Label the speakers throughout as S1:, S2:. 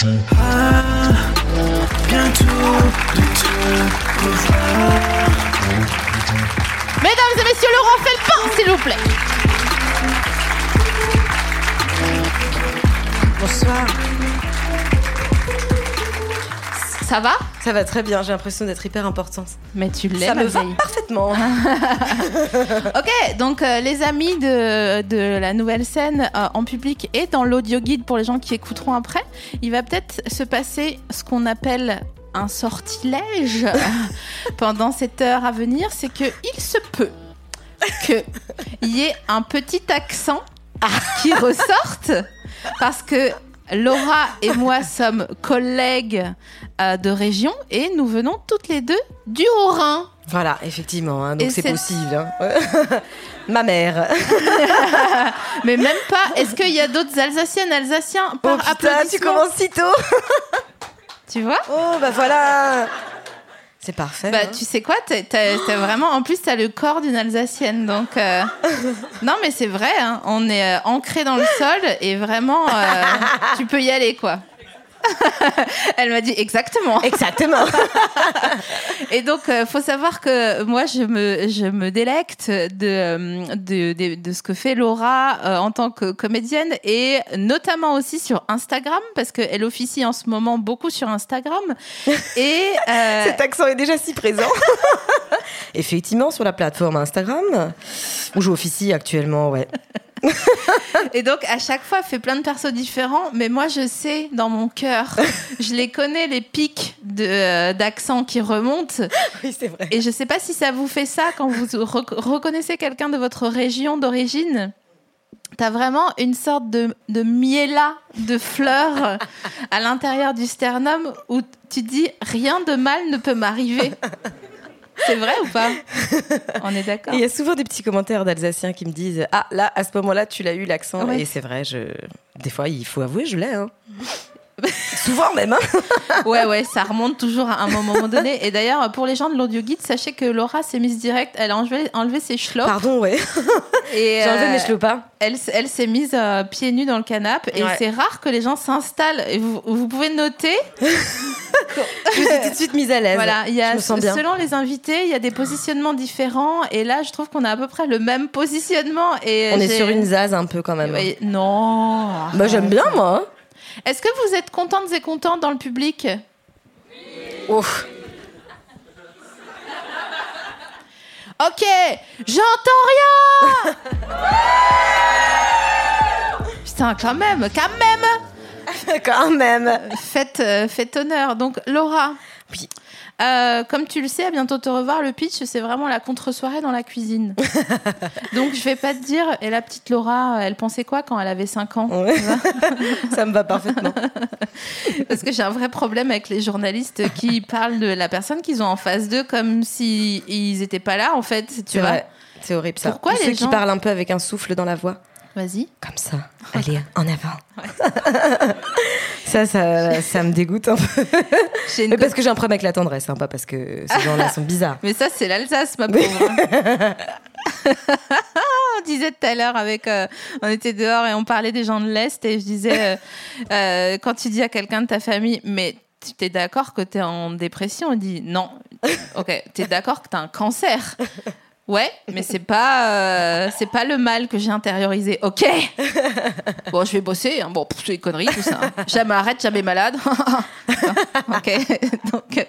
S1: Ah, bientôt de te revoir.
S2: Mesdames et messieurs, Laurent Felpin, s'il vous plaît.
S3: Bonsoir.
S2: Ça va
S3: Ça va très bien, j'ai l'impression d'être hyper importante.
S2: Mais tu l'es,
S3: Ça
S2: ma
S3: me va
S2: vieille.
S3: parfaitement.
S2: Ok, donc euh, les amis de, de la nouvelle scène euh, en public et dans l'audio guide pour les gens qui écouteront après, il va peut-être se passer ce qu'on appelle un sortilège pendant cette heure à venir, c'est que il se peut que il y ait un petit accent qui ressorte parce que Laura et moi sommes collègues euh, de région et nous venons toutes les deux du Haut-Rhin.
S3: voilà, effectivement, hein,
S2: Et
S3: donc c'est
S2: c'est-
S3: possible. hein. Ma mère.
S2: Mais même pas. Est-ce qu'il y a d'autres Alsaciennes, Alsaciens
S3: Oh
S2: par
S3: putain, tu
S2: applaudissement
S3: commences si tôt.
S2: Tu vois
S3: Oh bah voilà. C'est parfait.
S2: Bah
S3: hein.
S2: tu sais quoi T'as t'as- t'as
S3: Oh.
S2: vraiment. En plus, t'as le corps d'une Alsacienne, donc. euh, Non, mais c'est vrai. hein, On est euh, ancré dans le sol et vraiment, euh, tu peux y aller, quoi. Elle m'a dit exactement.
S3: Exactement.
S2: Et donc, euh, faut savoir que moi, je me, je me délecte de, euh, de, de, de ce que fait Laura euh, en tant que comédienne et notamment aussi sur Instagram parce qu'elle officie en ce moment beaucoup sur Instagram. Et euh,
S3: Cet accent est déjà si présent. effectivement, sur la plateforme Instagram, où je officie actuellement, ouais.
S2: Et donc, à chaque fois, elle fait plein de persos différents. Mais moi, je sais dans mon cœur, je les connais, les pics de, euh, d'accent qui remontent.
S3: Oui, c'est vrai.
S2: Et je sais pas si ça vous fait ça quand vous rec- reconnaissez quelqu'un de votre région d'origine. T'as vraiment une sorte de, de miella de fleurs à l'intérieur du sternum où tu dis rien de mal ne peut m'arriver. C'est vrai ou pas On est d'accord.
S3: Et Il y a souvent des petits commentaires d'Alsaciens qui me disent Ah, là, à ce moment-là, tu l'as eu l'accent.
S2: Ouais.
S3: Et c'est vrai, je... des fois, il faut avouer, je l'ai. hein. souvent même. hein.
S2: Ouais, ouais, ça remonte toujours à un moment donné. Et d'ailleurs, pour les gens de l'audio guide, sachez que Laura s'est mise direct. Elle a enlevé, enlevé ses chlops.
S3: Pardon, ouais.
S2: Et
S3: J'ai enlevé
S2: euh,
S3: mes chlopins.
S2: elle, s- elle s'est mise euh, pieds nus dans le canapé. Et
S3: Ouais.
S2: c'est rare que les gens s'installent. Et vous, vous pouvez noter.
S3: Je me suis tout de suite mise à l'aise.
S2: Voilà, il y a,
S3: je me sens bien.
S2: selon les invités, il y a des positionnements différents. Et là, je trouve qu'on a à peu près le même positionnement. Et
S3: On est
S2: j'ai-
S3: sur une zase un peu quand même.
S2: Ouais, non.
S3: Bah, j'aime bien, moi.
S2: Est-ce que vous êtes contentes et contents dans le public
S3: Ouf.
S2: Ok, j'entends rien Putain, quand même, quand même
S3: Quand même.
S2: Faites, euh, faites honneur. Donc, Laura,
S3: Oui.
S2: euh, comme tu le sais, à bientôt te revoir. Le pitch, c'est vraiment la contre-soirée dans la cuisine. Donc, je vais pas te dire. Et la petite Laura, elle pensait quoi quand elle avait 5 ans
S3: Ouais. Ça me va parfaitement.
S2: Parce que j'ai un vrai problème avec les journalistes qui parlent de la personne qu'ils ont en face d'eux comme si ils étaient pas là, en fait. Tu
S3: C'est
S2: vois
S3: vrai. C'est horrible ça.
S2: Pourquoi
S3: Ou
S2: les
S3: ceux
S2: gens-
S3: qui parlent un peu avec un souffle dans la voix
S2: Vas-y.
S3: Comme ça. Allez, en avant. ça, ça, ça me dégoûte un peu.
S2: J'ai une
S3: Mais parce que j'ai un problème avec la tendresse, hein, pas parce que ces gens-là sont bizarres.
S2: Mais ça, c'est l'Alsace, ma pauvre. on disait tout à l'heure avec, euh, on était dehors et on parlait des gens de l'est et je disais, euh, euh, quand tu dis à quelqu'un de ta famille, mais tu t'es d'accord que t'es en dépression, il dit non. Ok, t'es d'accord que t'as un cancer. Ouais, mais c'est pas euh, c'est pas le mal que j'ai intériorisé. Ok. Bon, je vais bosser. hein. Bon, pff, c'est des conneries tout ça. hein. Jamais arrête, jamais malade. ok. Donc euh,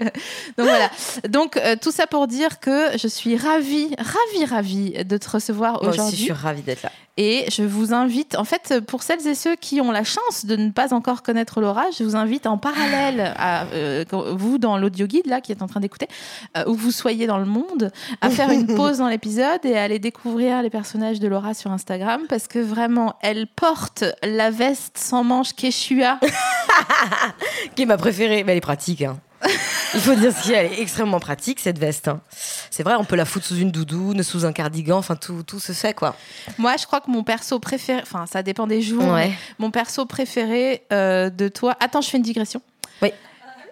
S2: donc voilà. Donc euh, tout ça pour dire que je suis ravie, ravie, ravie de te recevoir
S3: Moi aussi, je
S2: aujourd'hui.
S3: suis ravie d'être là.
S2: Et je vous invite, en fait, pour celles et ceux qui ont la chance de ne pas encore connaître Laura, je vous invite en parallèle à euh, vous dans l'audio guide là qui est en train d'écouter, euh, où vous soyez dans le monde, à faire une pause dans l'épisode et à aller découvrir les personnages de Laura sur Instagram parce que vraiment, elle porte la veste sans manches Quechua.
S3: Qui est ma préférée Mais Elle est pratique. hein. Il faut dire ce qu'il y a, elle est extrêmement pratique cette veste. hein. C'est vrai, on peut la foutre sous une doudoune, sous un cardigan, enfin tout, tout se fait quoi.
S2: Moi, je crois que mon perso préféré, enfin, ça dépend des jours.
S3: Ouais.
S2: Mon perso préféré euh, de toi. Attends, je fais une digression.
S3: Oui.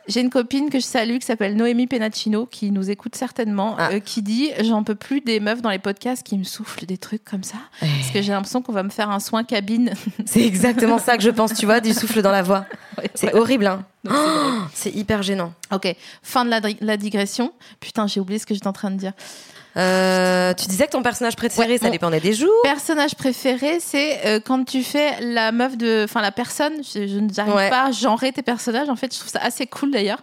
S2: J'ai une copine que je salue qui s'appelle Noémie Penaccino, qui nous écoute certainement,
S3: Ah.
S2: euh, qui dit J'en peux plus des meufs dans les podcasts qui me soufflent des trucs comme ça.
S3: Eh.
S2: Parce que j'ai l'impression qu'on va me faire un soin cabine.
S3: C'est exactement ça que je pense, tu vois, du souffle dans la voix. C'est horrible, hein.
S2: Donc, c'est drôle.
S3: Oh, C'est hyper gênant.
S2: ok, fin de la, dri- la digression. Putain, j'ai oublié ce que j'étais en train de dire.
S3: Euh, tu disais que ton personnage préféré,
S2: Ouais,
S3: ça
S2: mon-
S3: dépendait des jours.
S2: Personnage préféré, c'est euh, quand tu fais la meuf de. Enfin, la personne, je, je n'arrive
S3: Ouais.
S2: pas à genrer tes personnages, en fait, je trouve ça assez cool d'ailleurs,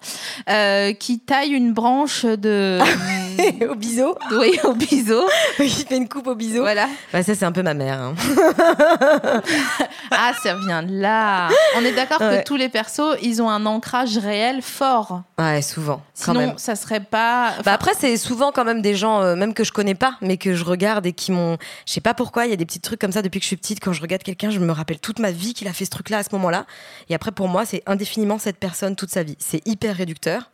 S2: euh, qui taille une branche de. euh,
S3: au biseau.
S2: oui, au biseau.
S3: Il fait une coupe au biseau.
S2: Voilà.
S3: Bah, ça, c'est un peu ma mère. hein.
S2: Ah, ça vient de là. On est d'accord
S3: Ouais.
S2: que tous les persos, ils ont un ancrage réel fort.
S3: Ouais, souvent. Quand
S2: Sinon,
S3: même.
S2: ça serait pas.
S3: Bah après, c'est souvent quand même des gens, euh, même que je connais pas, mais que je regarde et qui m'ont. Je sais pas pourquoi, il y a des petits trucs comme ça depuis que je suis petite. Quand je regarde quelqu'un, je me rappelle toute ma vie qu'il a fait ce truc-là à ce moment-là. Et après, pour moi, c'est indéfiniment cette personne toute sa vie. C'est hyper réducteur.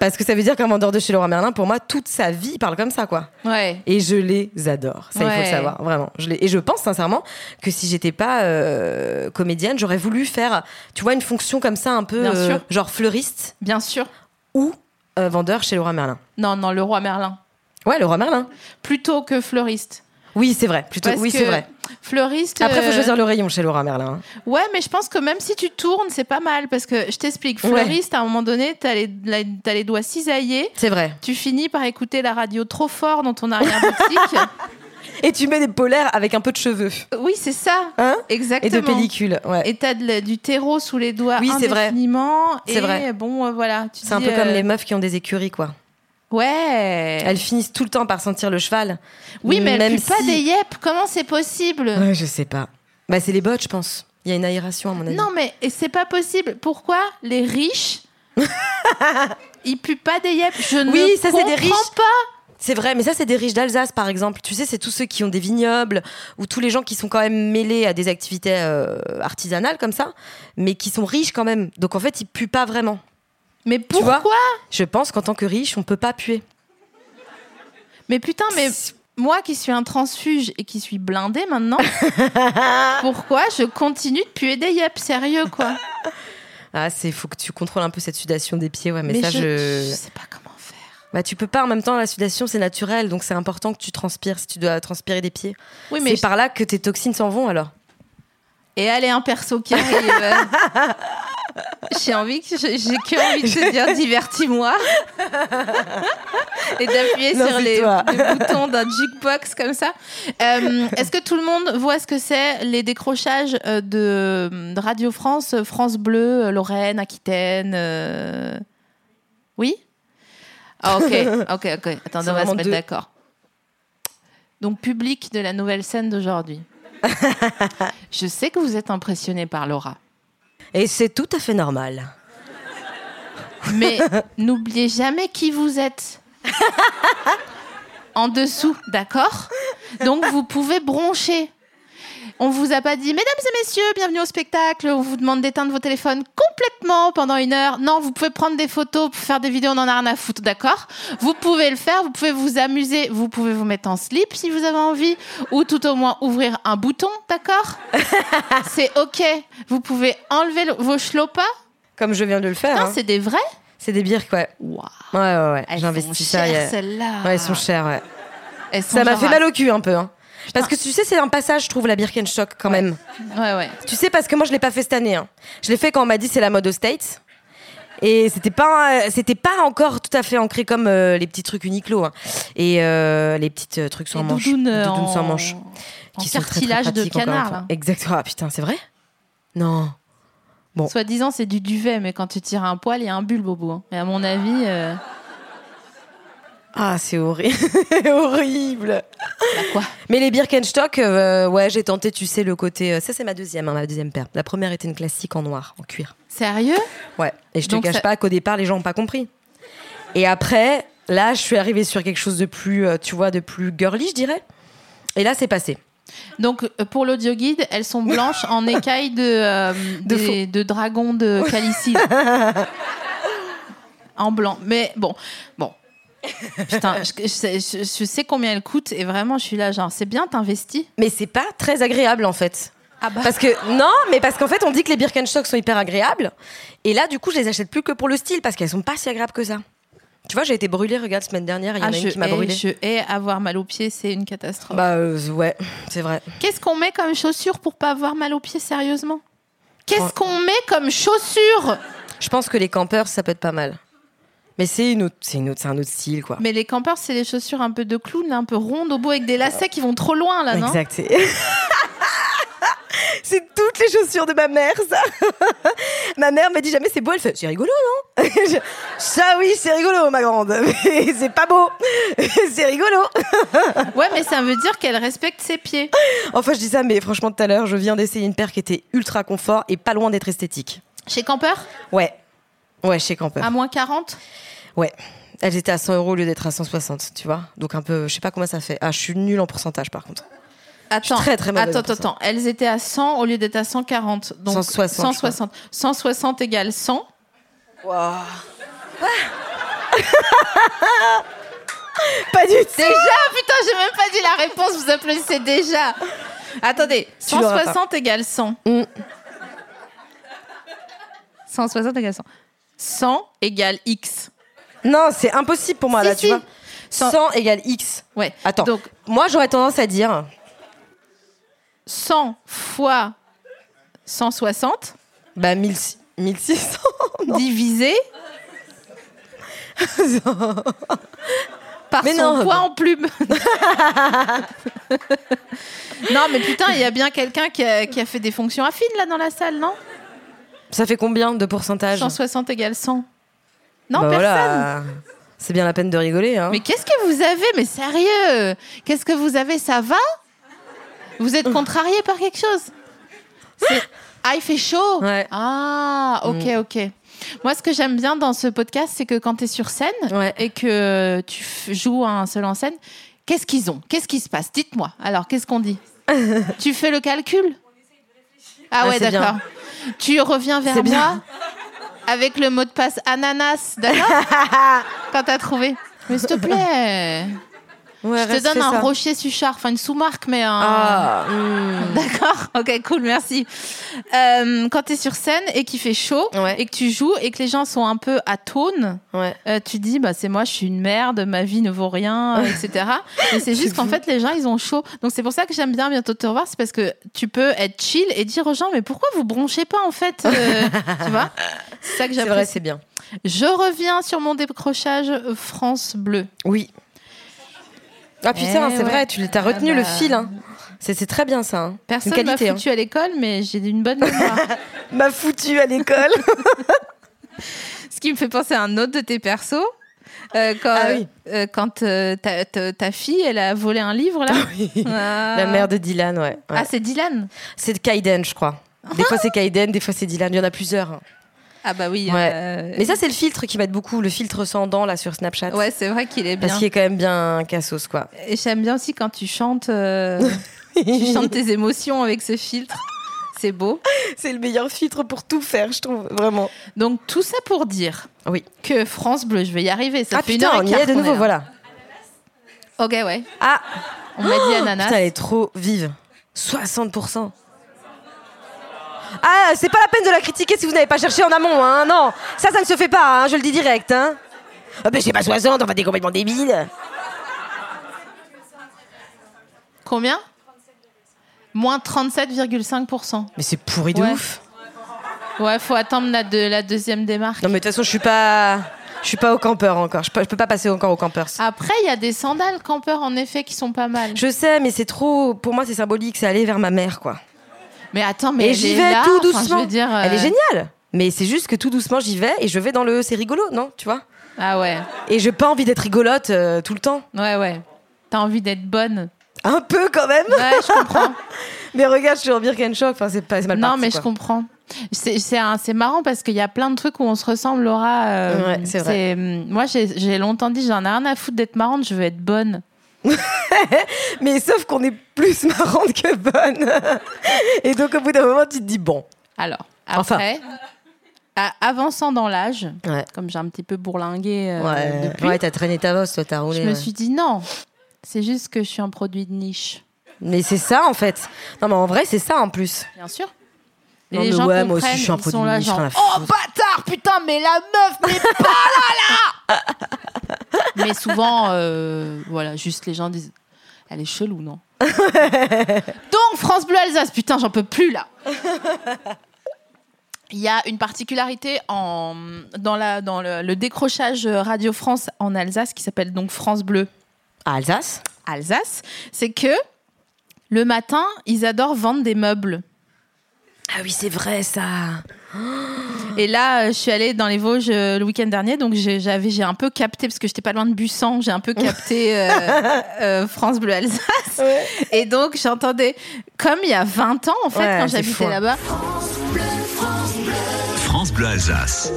S3: Parce que ça veut dire qu'un vendeur de chez Laura Merlin, pour moi, toute sa vie, il parle comme ça, quoi.
S2: Ouais.
S3: Et je les adore. Ça, il faut
S2: Ouais.
S3: le savoir, vraiment. Je les- et je pense sincèrement que si j'étais pas euh, comédienne, j'aurais voulu faire, tu vois, une fonction comme ça, un peu
S2: Bien
S3: euh,
S2: sûr.
S3: genre fleuriste
S2: Bien sûr.
S3: ou euh, vendeur chez Laura Merlin.
S2: Non, non, le roi Merlin.
S3: Ouais, Laura Merlin.
S2: Plutôt que fleuriste.
S3: Oui, c'est vrai. Plutôt,
S2: Parce
S3: oui,
S2: que
S3: c'est vrai.
S2: Fleuriste.
S3: Après, faut
S2: euh,
S3: choisir le rayon chez Laura Merlin. hein.
S2: Ouais, mais je pense que même si tu tournes, c'est pas mal parce que je t'explique. Fleuriste, à un moment donné, t'as les, la- t'as les doigts cisaillés.
S3: C'est vrai.
S2: Tu finis par écouter la radio trop fort dans ton arrière-boutique.
S3: Et tu mets des polaires avec un peu de cheveux
S2: oui, c'est ça.
S3: Hein et
S2: Exactement.
S3: de pellicule. Ouais.
S2: Et t'as de la- du terreau sous les doigts
S3: Oui, c'est vrai.
S2: indéfiniment.
S3: C'est
S2: et
S3: vrai.
S2: bon, euh, voilà. tu
S3: C'est un
S2: dis,
S3: peu comme
S2: euh,
S3: les meufs qui ont des écuries, quoi.
S2: Ouais.
S3: Elles finissent tout le temps par sentir le cheval.
S2: Oui, mais elles
S3: même
S2: puent pas
S3: si-
S2: des yep. Comment c'est possible
S3: Ouais, je sais pas. Bah, c'est les bottes, je pense. Il y a une aération, à mon avis.
S2: Non, mais et c'est pas possible. Pourquoi les riches ils puent pas des yep Je
S3: Oui,
S2: ne
S3: ça, c'est
S2: comprends
S3: des riches.
S2: pas.
S3: C'est vrai, mais ça, c'est des riches d'Alsace, par exemple. Tu sais, c'est tous ceux qui ont des vignobles ou tous les gens qui sont quand même mêlés à des activités euh, artisanales comme ça, mais qui sont riches quand même. Donc, en fait, ils puent pas vraiment.
S2: Mais
S3: vois
S2: pourquoi
S3: Je pense qu'en tant que riche, on peut pas puer.
S2: Mais putain, mais moi qui suis un transfuge et qui suis blindée maintenant, pourquoi je continue de puer des yep Sérieux quoi
S3: Ah, c'est faut que tu contrôles un peu cette sudation des pieds, ouais. Mais, ça, je...
S2: sais pas comment faire.
S3: bah, tu peux pas en même temps. La sudation, c'est naturel, donc c'est important que tu transpires. Si tu dois transpirer des pieds,
S2: Oui, mais
S3: c'est par là que tes toxines s'en vont alors.
S2: et allez un perso qui arrive. J'ai envie que j'ai j'ai que envie de te dire divertis-moi et d'appuyer
S3: Non,
S2: sur
S3: c'est
S2: les,
S3: toi.
S2: les boutons d'un jukebox comme ça. Euh, Est-ce que tout le monde voit ce que c'est les décrochages euh, de de Radio France, euh, France Bleu, euh, Lorraine, Aquitaine euh, Oui. Ah ok, ok, ok. Attendez,
S3: C'est
S2: on va se
S3: vraiment
S2: mettre
S3: deux.
S2: d'accord. Donc public de la nouvelle scène d'aujourd'hui. Je sais que vous êtes impressionné par Laura.
S3: Et c'est tout à fait normal.
S2: Mais n'oubliez jamais qui vous êtes. en dessous, d'accord Donc vous pouvez broncher. On vous a pas dit, mesdames et messieurs, bienvenue au spectacle. On vous demande d'éteindre vos téléphones complètement pendant une heure. Non, vous pouvez prendre des photos pour faire des vidéos, on en a rien à foutre, d'accord Vous pouvez le faire, vous pouvez vous amuser, vous pouvez vous mettre en slip si vous avez envie, ou tout au moins ouvrir un bouton, d'accord C'est ok. Vous pouvez enlever le- vos chlopas.
S3: Comme je viens de le faire.
S2: Putain,
S3: hein.
S2: c'est des vrais
S3: C'est des birks, ouais.
S2: Waouh.
S3: Ouais, ouais, ouais.
S2: Elles sont
S3: J'investis ça.
S2: chères,
S3: il y a-
S2: celles-là.
S3: Ouais, elles sont chères, ouais.
S2: Elles sont
S3: Ça m'a
S2: genre
S3: fait
S2: à-
S3: mal au cul un peu. hein. Parce que tu sais, c'est un passage, je trouve, la Birkenstock quand même.
S2: Ouais, ouais.
S3: Tu sais, parce que moi, je l'ai pas fait cette année. hein. Je l'ai fait quand on m'a dit c'est la mode aux States. Et c'était pas, euh, c'était pas encore tout à fait ancré comme euh, les petits trucs Uniqlo hein. et euh, les petits euh, trucs sans
S2: Les
S3: manches,
S2: doudounes, euh,
S3: doudounes sans
S2: en-
S3: manches,
S2: En
S3: sont très, très
S2: cartilage de
S3: pratiques encore une
S2: canard.
S3: fois.
S2: là.
S3: Exactement. Ah, putain, c'est vrai Non. bon.
S2: Soit disant, c'est du duvet, mais quand tu tires un poil, il y a un bulbe au bout. hein. Et à mon avis, euh,
S3: Ah, c'est horrible. horrible.
S2: Bah, quoi
S3: Mais les Birkenstock, euh, ouais, j'ai tenté, tu sais, le côté. euh, ça, c'est ma deuxième, hein, ma deuxième paire. La première était une classique en noir, en cuir.
S2: Sérieux
S3: Ouais. Et je te
S2: Donc
S3: cache
S2: ça-
S3: pas qu'au départ, les gens n'ont pas compris. Et après, là, je suis arrivée sur quelque chose de plus, euh, tu vois, de plus girly, je dirais. Et là, c'est passé.
S2: Donc euh, pour l'audio guide, elles sont blanches en écailles de euh,
S3: De
S2: des- de dragons de calicide. en blanc. Mais bon, bon. Putain, je, je sais, je- je sais combien elles coûtent et vraiment je suis là genre c'est bien t'investis.
S3: Mais c'est pas très agréable, en fait.
S2: Ah bah
S3: Parce que non, mais parce qu'en fait, on dit que les Birkenstock sont hyper agréables. Et là, du coup, je les achète plus que pour le style parce qu'elles sont pas si agréables que ça. Tu vois, j'ai été brûlée. Regarde, semaine dernière, il y
S2: ah,
S3: en a
S2: je
S3: une qui m'a
S2: hais,
S3: brûlée.
S2: je hais avoir mal aux pieds, c'est une catastrophe.
S3: Bah euh, ouais, c'est vrai.
S2: Qu'est-ce qu'on met comme chaussures pour pas avoir mal aux pieds sérieusement
S3: Ouais.
S2: Qu'est-ce qu'on met comme chaussures
S3: Je pense que les campeurs, ça peut être pas mal. Mais c'est une autre, c'est une autre, c'est un autre style quoi.
S2: Mais les campeurs, c'est les chaussures un peu de clown, là, un peu rondes au bout avec des lacets qui vont trop loin là, Ah non
S3: exact. c'est- C'est toutes les chaussures de ma mère, ça. ma mère me dit jamais c'est beau, elle fait c'est rigolo, non Je- Ça oui, c'est rigolo, ma grande. Mais c'est pas beau, c'est rigolo.
S2: Ouais, mais ça veut dire qu'elle respecte ses pieds.
S3: Enfin, je dis ça, mais franchement, tout à l'heure, je viens d'essayer une paire qui était ultra confort et pas loin d'être esthétique.
S2: Chez Camper,
S3: Ouais. Ouais, chez Campeur.
S2: à moins 40.
S3: Ouais. Elles étaient à 100 euros au lieu d'être à 160, tu vois. Donc un peu, je sais pas comment ça fait. Ah, je suis nulle en pourcentage par contre.
S2: Attends,
S3: très, très mauvaise
S2: attends,
S3: pour ça.
S2: attends. Elles étaient à 100 au lieu d'être à 140. Donc
S3: 160, je crois.
S2: 160, 160 égale 100.
S3: Pas du tout.
S2: Déjà, putain, j'ai même pas dit la réponse, vous applaudissez déjà. Attendez,
S3: Tu l'auras pas.
S2: 160 égale 100.
S3: Mm.
S2: 160 égale 100. 100 égale X.
S3: Non, c'est impossible pour moi
S2: Si,
S3: là,
S2: si.
S3: tu vois. 100,
S2: Cent-
S3: égale X.
S2: Ouais.
S3: Attends.
S2: Donc
S3: Moi, j'aurais tendance à dire
S2: 100 fois 160
S3: bah 1000 1600. non.
S2: divisé par
S3: Mais
S2: son
S3: non,
S2: poids
S3: bah.
S2: en plume. non, mais putain, il y a bien quelqu'un qui a, qui a fait des fonctions affines là dans la salle, non
S3: Ça fait combien de pourcentage
S2: 160 égale 100. Non,
S3: Bah
S2: personne.
S3: voilà. C'est bien la peine de rigoler hein.
S2: Mais qu'est-ce que vous avez Mais sérieux Qu'est-ce que vous avez Ça va Vous êtes contrarié par quelque chose C'est- Ah, il fait chaud
S3: Ouais. Mm.
S2: Ah, ok, ok. Moi, ce que j'aime bien dans ce podcast, c'est que quand tu es sur scène
S3: Ouais.
S2: et que tu f- joues à un seul en scène, qu'est-ce qu'ils ont Qu'est-ce qui se passe Dites-moi. Alors, qu'est-ce qu'on dit Tu fais le calcul Ah
S3: Ah,
S2: ouais,
S3: c'est bien.
S2: d'accord. Tu reviens vers
S3: C'est
S2: moi
S3: bien.
S2: avec le mot de passe ananas, d'accord Quand t'as trouvé. Mais s'il te plaît,
S3: Ouais,
S2: je te
S3: reste,
S2: donne
S3: fais
S2: un
S3: ça.
S2: rocher Suchard, enfin une sous-marque, mais un.
S3: Ah. hmm.
S2: D'accord, ok, cool, merci. Euh, quand t'es sur scène et qu'il fait chaud
S3: Ouais.
S2: et que tu joues et que les gens sont un peu atone,
S3: Ouais.
S2: euh, tu dis bah c'est moi, je suis une merde, ma vie ne vaut rien, euh, etc. Et c'est juste qu'en fait les gens ils ont chaud. Donc c'est pour ça que j'aime bien bientôt te revoir, c'est parce que tu peux être chill et dire aux gens mais pourquoi vous bronchez pas en fait, euh, tu vois C'est ça que
S3: C'est vrai,
S2: j'apprécie.
S3: c'est bien.
S2: Je reviens sur mon décrochage France Bleu.
S3: Oui. Ah putain,
S2: Eh
S3: c'est
S2: ouais.
S3: vrai, tu as retenu
S2: Ah
S3: le
S2: bah.
S3: fil. Hein. C'est c'est très bien ça. hein.
S2: Personne
S3: Une
S2: m'a
S3: qualité.
S2: foutu à l'école, mais j'ai une bonne mémoire.
S3: hein. M'a foutu à l'école.
S2: Ce qui me fait penser à un autre de tes persos. Euh, quand
S3: Ah oui.
S2: euh, quand euh, ta, ta- ta fille, elle a volé un livre, là. Ah.
S3: La mère de Dylan, ouais. ouais.
S2: Ah, c'est Dylan.
S3: c'est Kaiden, je crois. Des fois c'est Kaiden, des fois c'est Dylan. Il y en a plusieurs. hein.
S2: Ah bah oui.
S3: Ouais.
S2: euh,
S3: Mais ça, c'est le filtre qui m'aide beaucoup, le filtre sans dents là sur Snapchat.
S2: ouais, c'est vrai qu'il est
S3: Parce
S2: bien.
S3: qu'il est quand même bien cassos, quoi.
S2: Et j'aime bien aussi quand tu chantes, euh, tu chantes tes émotions avec ce filtre. C'est beau.
S3: c'est le meilleur filtre pour tout faire, je trouve, vraiment.
S2: Donc tout ça pour dire
S3: Oui.
S2: que France Bleu, je vais y arriver. Ça
S3: ah
S2: fait
S3: putain,
S2: une heure
S3: on
S2: et
S3: y est
S2: quart
S3: de
S2: qu'on
S3: nouveau,
S2: là.
S3: voilà.
S2: Ok, ouais.
S3: Ah,
S2: On m'a dit ananas.
S3: putain, elle est trop vive. 60%. Ah, c'est pas la peine de la critiquer si vous n'avez pas cherché en amont, hein, non. Ça, ça ne se fait pas, hein, je le dis direct, hein. Ah, mais c'est pas 60, enfin, t'es complètement débile.
S2: Combien Moins 37,5%.
S3: Mais c'est pourri de
S2: Ouais.
S3: ouf.
S2: Ouais, faut attendre la, de, la deuxième démarque.
S3: Non, mais de toute façon, je suis pas. Je suis pas au campeur encore. Je peux, je peux pas passer encore au campeur.
S2: Après, il y a des sandales campeurs en effet qui sont pas mal.
S3: Je sais, mais c'est trop. Pour moi, c'est symbolique. C'est aller vers ma mère, quoi.
S2: Mais attends, mais
S3: et
S2: elle
S3: j'y
S2: est
S3: vais
S2: là,
S3: tout
S2: enfin,
S3: doucement.
S2: je veux dire, euh,
S3: Elle est géniale. Mais c'est juste que tout doucement, j'y vais et je vais dans le. C'est rigolo, non Tu vois
S2: Ah ouais,
S3: Et j'ai pas envie d'être rigolote euh, tout le temps.
S2: ouais, ouais. T'as envie d'être bonne.
S3: Un peu quand même.
S2: Ouais, je comprends.
S3: Mais regarde, je suis en Birkenstock. Enfin, c'est pas c'est mal
S2: non,
S3: parti,
S2: mais
S3: quoi.
S2: je comprends. C'est c'est un- c'est marrant parce qu'il y a plein de trucs où on se ressemble, Laura. euh,
S3: Ouais, c'est vrai.
S2: hum, Moi, j'ai j'ai longtemps dit j'en ai rien à foutre d'être marrante, je veux être bonne.
S3: Mais sauf qu'on est plus marrante que bonne. Et donc, au bout d'un moment, tu te dis bon.
S2: Alors,
S3: Enfin.
S2: après, à- avançant dans l'âge,
S3: Ouais.
S2: comme j'ai un petit peu bourlingué euh,
S3: Ouais,
S2: depuis,
S3: ouais, t'as traîné ta bosse, toi, t'as roulé.
S2: je me
S3: ouais.
S2: suis dit non, c'est juste que je suis un produit de niche.
S3: Mais c'est ça, en fait. Non, mais en vrai, c'est ça, en plus.
S2: Bien sûr.
S3: Non, mais ouais, moi aussi, je suis un
S2: ils
S3: produit
S2: sont
S3: de
S2: là,
S3: niche,
S2: genre,
S3: rien à foutre.
S2: oh bâtard, putain, mais la meuf n'est pas là, là Mais souvent, euh, voilà, juste les gens disent, elle est chelou, non Donc, France Bleu Alsace, putain, j'en peux plus, là Il y a une particularité en, dans, la, dans le, le décrochage Radio France en Alsace qui s'appelle donc France Bleu
S3: À Ah, Alsace
S2: Alsace, c'est que le matin, ils adorent vendre des meubles.
S3: Ah oui, c'est vrai, ça. Mm.
S2: Et là, euh, je suis allée dans les Vosges euh, le week-end dernier, donc j'ai- j'avais, j'ai un peu capté, parce que j'étais pas loin de Bussan, j'ai un peu capté euh, euh, France Bleu Alsace. Et donc, j'entendais, comme il y a 20 ans, en fait,
S3: Ouais,
S2: quand
S3: c'est
S2: j'habitais
S3: fou. hein.
S2: là-bas,
S1: France Bleu Alsace.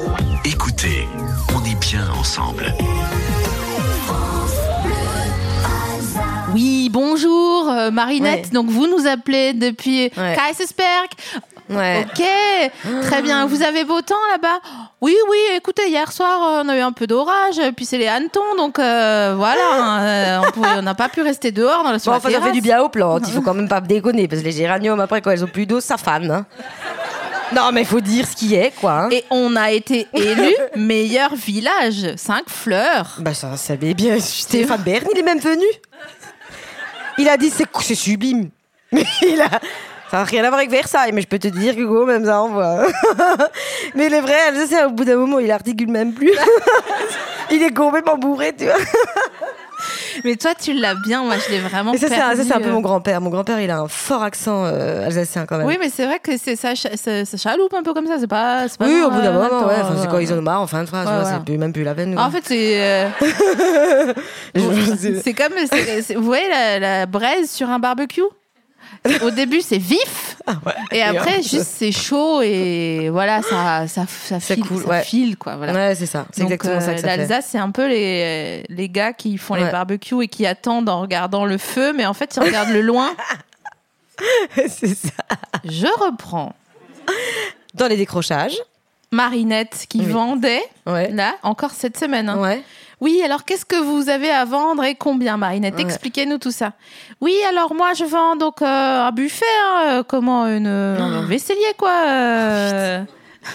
S1: Écoutez, on est bien ensemble.
S2: oui, bonjour, euh, Marinette,
S3: Ouais.
S2: donc vous nous appelez depuis
S3: Ouais.
S2: Kaisersberg.
S3: Ouais.
S2: Ok, très bien. Vous avez beau temps là-bas Oui, oui, écoutez, hier soir, euh, on a eu un peu d'orage, puis c'est les hannetons, donc euh, voilà, hein, euh, on pouvait- on n'a pas pu rester dehors dans la
S3: Bon,
S2: soirée.
S3: enfin, ça fait du bien aux plantes. Il faut quand même pas déconner, parce que les géraniums, après, quand elles ont plus d'eau, ça fane. hein. Non, mais il faut dire ce qui est, quoi. hein.
S2: Et on a été élu meilleur village, 5 fleurs.
S3: Bah, ça, ça mais bien. Stéphane Bern, il est même venu. Il a dit c'est c'est sublime. Mais il a. Ça n'a rien à voir avec Versailles, mais je peux te dire que quand même ça envoie. mais les vrais Alsaciens, au bout d'un moment, il articule même plus. il est complètement bourré, tu vois.
S2: Mais toi, tu l'as bien, moi je l'ai vraiment
S3: Et ça, c'est un, ça,
S2: perdu,
S3: c'est un peu
S2: euh.
S3: mon grand-père. Mon grand-père, il a un fort accent euh, alsacien quand même.
S2: Oui, mais c'est vrai que c'est ça, cha- ça, ça chaloupe un peu comme ça, c'est pas. c'est pas
S3: Oui,
S2: bon,
S3: au bout d'un
S2: euh,
S3: moment, ouais.
S2: attends,
S3: Enfin, c'est
S2: euh,
S3: quand ils en ont marre en fin de phrase,
S2: Ouais,
S3: tu vois,
S2: voilà.
S3: c'est plus- même plus la peine.
S2: En fait, c'est. euh,
S3: Je- je-
S2: C'est comme, c'est- c'est- vous voyez la, la braise sur un barbecue Au début, c'est vif,
S3: Ah,
S2: et après, juste c'est chaud et voilà, ça, ça, ça
S3: C'est
S2: file,
S3: cool,
S2: ça
S3: ouais.
S2: file, quoi. Voilà.
S3: Ouais, c'est ça. C'est
S2: Donc,
S3: exactement ça
S2: euh,
S3: que ça fait.
S2: L'Alsace, c'est un peu les, les gars qui font les
S3: Ouais.
S2: barbecues et qui attendent en regardant le feu, mais en fait, ils regardent le loin.
S3: c'est ça.
S2: Je reprends.
S3: Dans les décrochages.
S2: Marinette qui
S3: Oui.
S2: vendait,
S3: Ouais.
S2: là, encore cette semaine. hein.
S3: Ouais.
S2: Oui, alors qu'est-ce que vous avez à vendre et combien, Marinette
S3: Ouais.
S2: Expliquez-nous tout ça. Oui, alors moi, je vends donc euh, un buffet, hein, euh, comment une, un vaisselier, quoi.
S3: Oh,
S2: euh.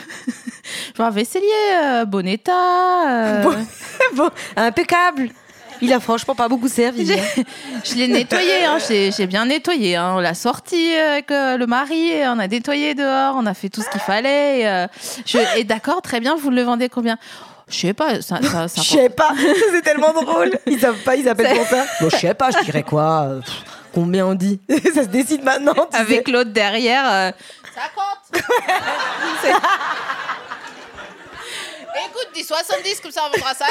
S2: je vends un vaisselier, euh, bon état. euh.
S3: Bon- bon, impeccable. Il a franchement pas beaucoup servi.
S2: J'ai-
S3: hein.
S2: Je l'ai nettoyé, hein, j'ai j'ai bien nettoyé. hein. On l'a sorti avec euh, le mari, et on a nettoyé dehors, on a fait tout ce qu'il fallait. Et, euh, je- et d'accord, très bien, vous le vendez combien Je sais pas, ça, ça,
S3: Je
S2: ça-
S3: sais pas, c'est tellement drôle. Ils savent pas, ils appellent
S2: C'est-
S3: pour ça. Bon, je sais pas, je dirais quoi euh, pff, Combien on dit Ça se décide maintenant. tu
S2: avec
S3: sais.
S2: l'autre derrière. euh, ça compte C'est- Écoute, dis 70, comme ça on vendra 50.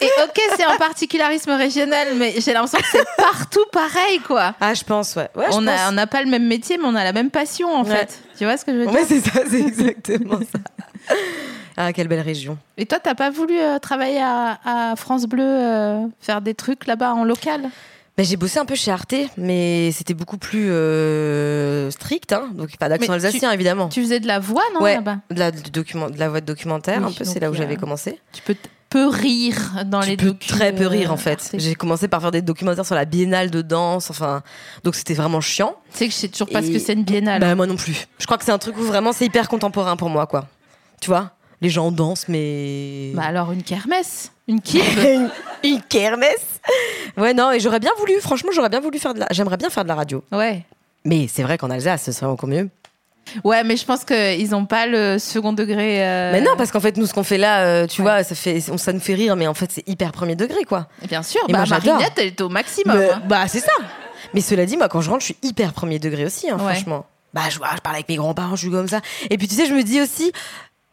S2: Et ok, c'est un particularisme régional, mais j'ai l'impression que c'est partout pareil, quoi.
S3: Ah, je pense, ouais. ouais je
S2: on n'a
S3: pense.
S2: on n'a pas le même métier, mais on a la même passion, en
S3: Ouais.
S2: fait. Tu vois ce que je veux dire
S3: Ouais, c'est ça, c'est exactement ça. Ah, quelle belle région.
S2: Et toi, t'as pas voulu euh, travailler à, à France Bleu, euh, faire des trucs là-bas en local
S3: Ben, j'ai bossé un peu chez Arte, mais c'était beaucoup plus euh, strict, hein. donc pas d'accent
S2: Mais tu-
S3: alsacien évidemment.
S2: Tu faisais de la voix, non,
S3: ouais,
S2: là-bas
S3: de la, du document, de la voix de documentaire,
S2: Oui,
S3: un peu,
S2: donc
S3: c'est là où
S2: il y a-
S3: j'avais commencé.
S2: Tu peux t- peu rire dans les
S3: tu peux
S2: docus,
S3: très peu
S2: euh,
S3: rire en fait.
S2: Arte.
S3: J'ai commencé par faire des documentaires sur la biennale de danse, enfin, donc c'était vraiment chiant.
S2: Tu sais que je sais toujours pas ce
S3: Et-
S2: que c'est une biennale.
S3: Bah, moi non plus. Je crois que c'est un truc où vraiment c'est hyper contemporain pour moi, quoi. Tu vois Les gens dansent, mais.
S2: Bah alors, une kermesse Une kib
S3: une, une kermesse Ouais, non, et j'aurais bien voulu, franchement, j'aurais bien voulu faire de la. J'aimerais bien faire de la radio.
S2: Ouais.
S3: Mais c'est vrai qu'en Alsace, ce serait encore mieux.
S2: Ouais, mais je pense qu'ils ont pas le second degré. euh,
S3: Mais non, bah, parce qu'en fait, nous, ce qu'on fait là, euh, tu
S2: ouais.
S3: vois, ça, fait, on- ça nous fait rire, mais en fait, c'est hyper premier degré, quoi.
S2: Bien sûr,
S3: Et
S2: bah,
S3: moi, j'adore.
S2: Marinette, elle était au maximum.
S3: Mais-
S2: hein.
S3: bah, c'est ça. Mais cela dit, moi, quand je rentre, je suis hyper premier degré aussi, hein,
S2: Ouais.
S3: franchement. bah je, ah, je parle avec mes grands-parents, je suis comme ça. Et puis tu sais, je me dis aussi,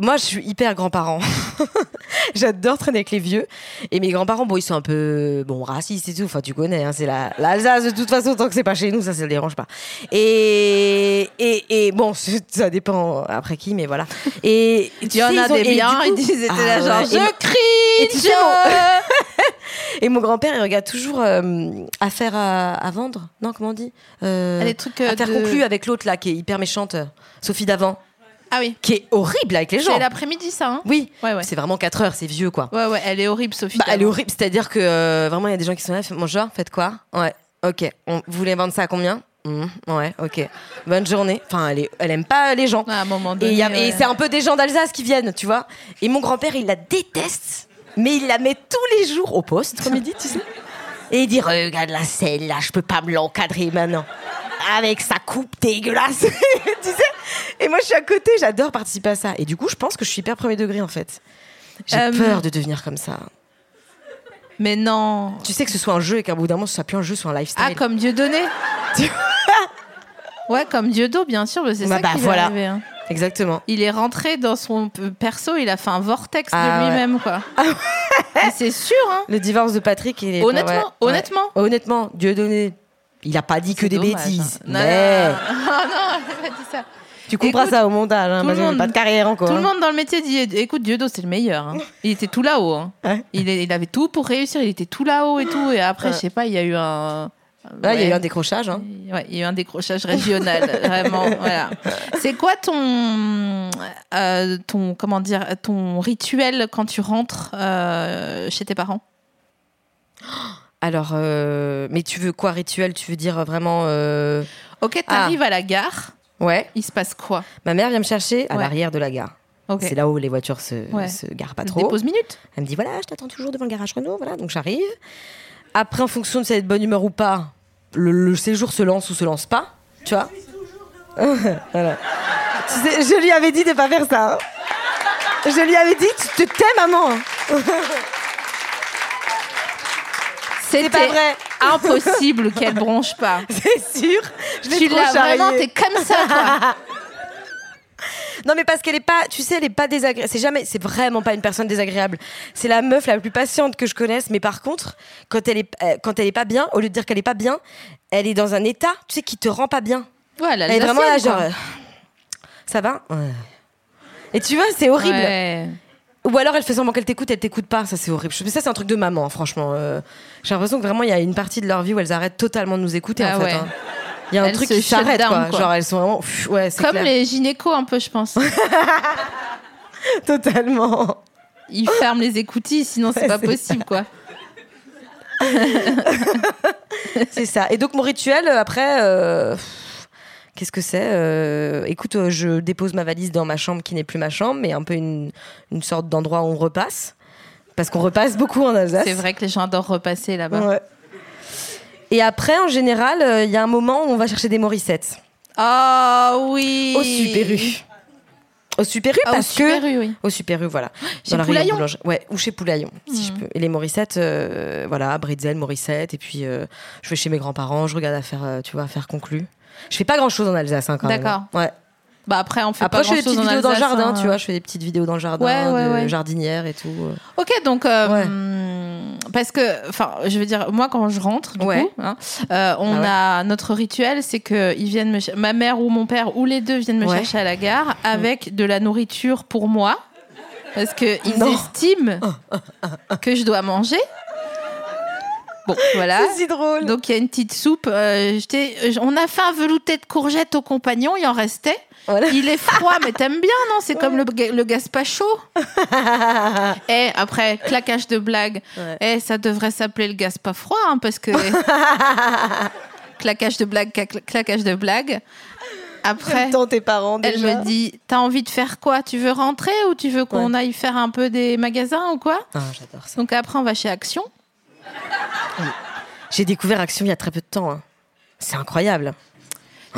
S3: moi je suis hyper grand-parent. J'adore traîner avec les vieux. Et mes grands-parents, bon, ils sont un peu bon racistes et tout. Enfin, tu connais, hein, c'est la- l'Alsace de toute façon, tant que c'est pas chez nous, ça, ça le dérange pas. Et, et, et bon, c'est- ça dépend après qui, mais voilà. Et ah,
S2: Il y en a des biens, ils disent, c'était là, genre, je
S3: crie,
S2: tu sais, mon-
S3: et mon grand-père, il regarde toujours euh, affaire à, à vendre. Non, comment on dit euh,
S2: Ah, des trucs, euh,
S3: Affaire
S2: de-
S3: conclue avec l'autre là, qui est hyper méchante, euh, Sophie d'avant,
S2: Ah oui.
S3: qui est horrible avec les gens.
S2: C'est l'après-midi, ça. Hein
S3: Oui,
S2: Ouais, ouais.
S3: c'est vraiment 4 heures, c'est vieux quoi.
S2: Ouais, ouais, elle est horrible, Sophie.
S3: Bah, elle est
S2: Davant.
S3: horrible, c'est-à-dire que euh, vraiment il y a des gens qui sont là, fait, mon genre, faites quoi Ouais, ok. On, vous voulez vendre ça à combien Mmh, Ouais, ok. Bonne journée. Enfin, elle, est- elle aime pas les gens.
S2: Ouais, à un moment
S3: Et,
S2: donné.
S3: il y a- et
S2: ouais.
S3: c'est un peu des gens d'Alsace qui viennent, tu vois. Et mon grand-père, il la déteste, mais il la met tous les jours au poste, au midi, tu sais. Et il dit Regarde la selle, là, je peux pas me l'encadrer maintenant. Avec sa coupe dégueulasse, tu sais. Et moi, je suis à côté, j'adore participer à ça. Et du coup, je pense que je suis hyper premier degré, en fait. J'ai
S2: Euh,
S3: peur de devenir comme ça.
S2: Mais non.
S3: Tu sais que ce soit un jeu et qu'à bout d'un moment, ce soit plus un jeu, ce soit un lifestyle.
S2: Ah, comme Dieu donné. ouais, comme Dieu d'eau, bien sûr. mais C'est
S3: Bah,
S2: ça
S3: bah,
S2: qui lui est
S3: voilà.
S2: arrivé, hein.
S3: Exactement.
S2: Il est rentré dans son p- perso, il a fait un vortex
S3: Ah,
S2: de
S3: ouais.
S2: lui-même, quoi. Mais c'est sûr, hein.
S3: Le divorce de Patrick, il est.
S2: Honnêtement,
S3: ouais, ouais.
S2: honnêtement.
S3: Honnêtement, Dieu donné. Il a pas dit que
S2: C'est
S3: des
S2: dommage,
S3: bêtises.
S2: hein. Non,
S3: mais-
S2: non, non, non, non, elle a pas dit ça.
S3: Tu couperas
S2: Écoute,
S3: ça au montage, hein,
S2: tout
S3: parce
S2: le
S3: que j'ai
S2: monde-
S3: pas de carrière encore.
S2: Tout le
S3: hein.
S2: monde dans le métier dit écoute, Dieudo, c'est le meilleur. hein. Il était tout là-haut. hein.
S3: Ouais.
S2: Il, est- il avait tout pour réussir, il était tout là-haut et tout. Et après, je sais pas, il y a eu un.
S3: Là, il y a eu
S2: Ouais.
S3: un décrochage. hein.
S2: Ouais, il y a eu un décrochage régional, vraiment. Voilà. C'est quoi ton, euh, ton, comment dire, ton rituel quand tu rentres euh, chez tes parents
S3: Alors, euh, mais tu veux quoi, rituel Tu veux dire vraiment. euh,
S2: Ok, t'arrives à la gare,
S3: Ouais.
S2: il se passe quoi
S3: Ma mère vient me chercher à
S2: Ouais.
S3: l'arrière de la gare.
S2: Ok.
S3: C'est là où les voitures se,
S2: Ouais.
S3: se garent pas
S2: Je
S3: trop.
S2: Dépose minute.
S3: Elle me dit voilà, je t'attends toujours devant le garage Renault. Voilà, donc j'arrive. Après, en fonction de si elle est de bonne humeur ou pas, le, le séjour se lance ou se lance pas. Tu vois Voilà. Tu sais, Je lui avais dit de pas faire ça. hein. Je lui avais dit tu te tais, maman. hein.
S2: C'était
S3: pas vrai.
S2: impossible qu'elle bronche pas.
S3: C'est sûr. Je l'ai
S2: Tu
S3: trop
S2: l'as vraiment,
S3: charriée.
S2: t'es comme ça, quoi.
S3: Non mais parce qu'elle est pas, tu sais, elle est pas désagréable. C'est jamais, c'est vraiment pas une personne désagréable. C'est la meuf la plus patiente que je connaisse. Mais par contre, quand elle est, euh, quand elle est pas bien, au lieu de dire qu'elle est pas bien, elle est dans un état, tu sais, qui te rend pas bien.
S2: Voilà,
S3: Elle est vraiment là, genre, euh, ça va. Ouais. Et tu vois, c'est horrible. Ou alors elle fait semblant qu'elle t'écoute, elle t'écoute pas. Ça c'est horrible. Je- Mais ça c'est un truc de maman, hein, franchement. Euh, J'ai l'impression que vraiment il y a une partie de leur vie où elles arrêtent totalement de nous écouter
S2: Ah
S3: en fait.
S2: ouais.
S3: hein. Il y a un
S2: Elles
S3: truc
S2: se
S3: qui
S2: shut
S3: s'arrête
S2: down,
S3: quoi.
S2: quoi.
S3: Genre elles sont vraiment, pff, ouais, c'est
S2: Comme
S3: clair.
S2: les gynécos, un peu, je pense.
S3: totalement.
S2: Ils ferment les écoutilles, sinon c'est
S3: Ouais,
S2: pas
S3: c'est
S2: possible, quoi.
S3: C'est ça. Et donc mon rituel euh, après. euh, pff, Qu'est-ce que c'est Euh, Écoute, euh, je dépose ma valise dans ma chambre qui n'est plus ma chambre, mais un peu une, une sorte d'endroit où on repasse. Parce qu'on repasse beaucoup en Alsace.
S2: C'est vrai que les gens adorent repasser là-bas.
S3: Ouais. Et après, en général, euh, il y a un moment où on va chercher des morissettes.
S2: Ah oui.
S3: Au Oh, Super U. Au Super U
S2: Ah, au
S3: parce
S2: Super
S3: que.
S2: U, oui.
S3: Au Super U, voilà.
S2: Chez
S3: Dans la rayon
S2: Poulaillon. Mmh.
S3: boulangerie. Ouais, ou chez Poulaillon, si je peux. Et les morissettes, euh, voilà, bretzel, morissette. Et puis, euh, je vais chez mes grands-parents, je regarde à faire, euh, tu vois, à faire conclu. Je fais pas grand-chose en Alsache, hein, quand même.
S2: D'accord.
S3: Ouais.
S2: Bah après, on fait
S3: Après,
S2: pas
S3: je fais des
S2: grand-chose
S3: petites
S2: en
S3: vidéos dans le
S2: Alsace,
S3: jardin,
S2: hein.
S3: tu vois. Je fais des petites vidéos dans le jardin,
S2: Ouais, ouais,
S3: de
S2: ouais.
S3: jardinière et tout. euh.
S2: Ok, donc. euh,
S3: Ouais.
S2: hum, Parce que, enfin, je veux dire, moi quand je rentre, du
S3: Ouais.
S2: coup, hein, euh, on
S3: Ah ouais.
S2: a notre rituel, c'est que ils viennent me ch- ma mère ou mon père ou les deux viennent me
S3: Ouais. Mm.
S2: chercher à la gare avec de la nourriture pour moi, parce que ils
S3: Non. Ah,
S2: estiment que je dois manger. Bon, voilà.
S3: C'est si drôle.
S2: Ah, Donc il y a une petite soupe. euh, j'étais- on a fait un velouté de courgettes au compagnon, il en restait.
S3: Voilà.
S2: Il est froid, mais t'aimes bien, non C'est comme le, ga- le gaspacho. Et après, claquage de blague.
S3: Ouais.
S2: Et ça devrait s'appeler le gaspa froid, hein, parce que. claquage de blague, cla- claquage de blague. Après,
S3: Tant tes parents,
S2: elle
S3: déjà.
S2: me dit T'as envie de faire quoi Tu veux rentrer ou tu veux qu'on aille faire un peu des magasins ou quoi
S3: Ah, j'adore ça.
S2: Donc après, on va chez Action.
S3: J'ai découvert Action il y a très peu de temps. hein. C'est incroyable.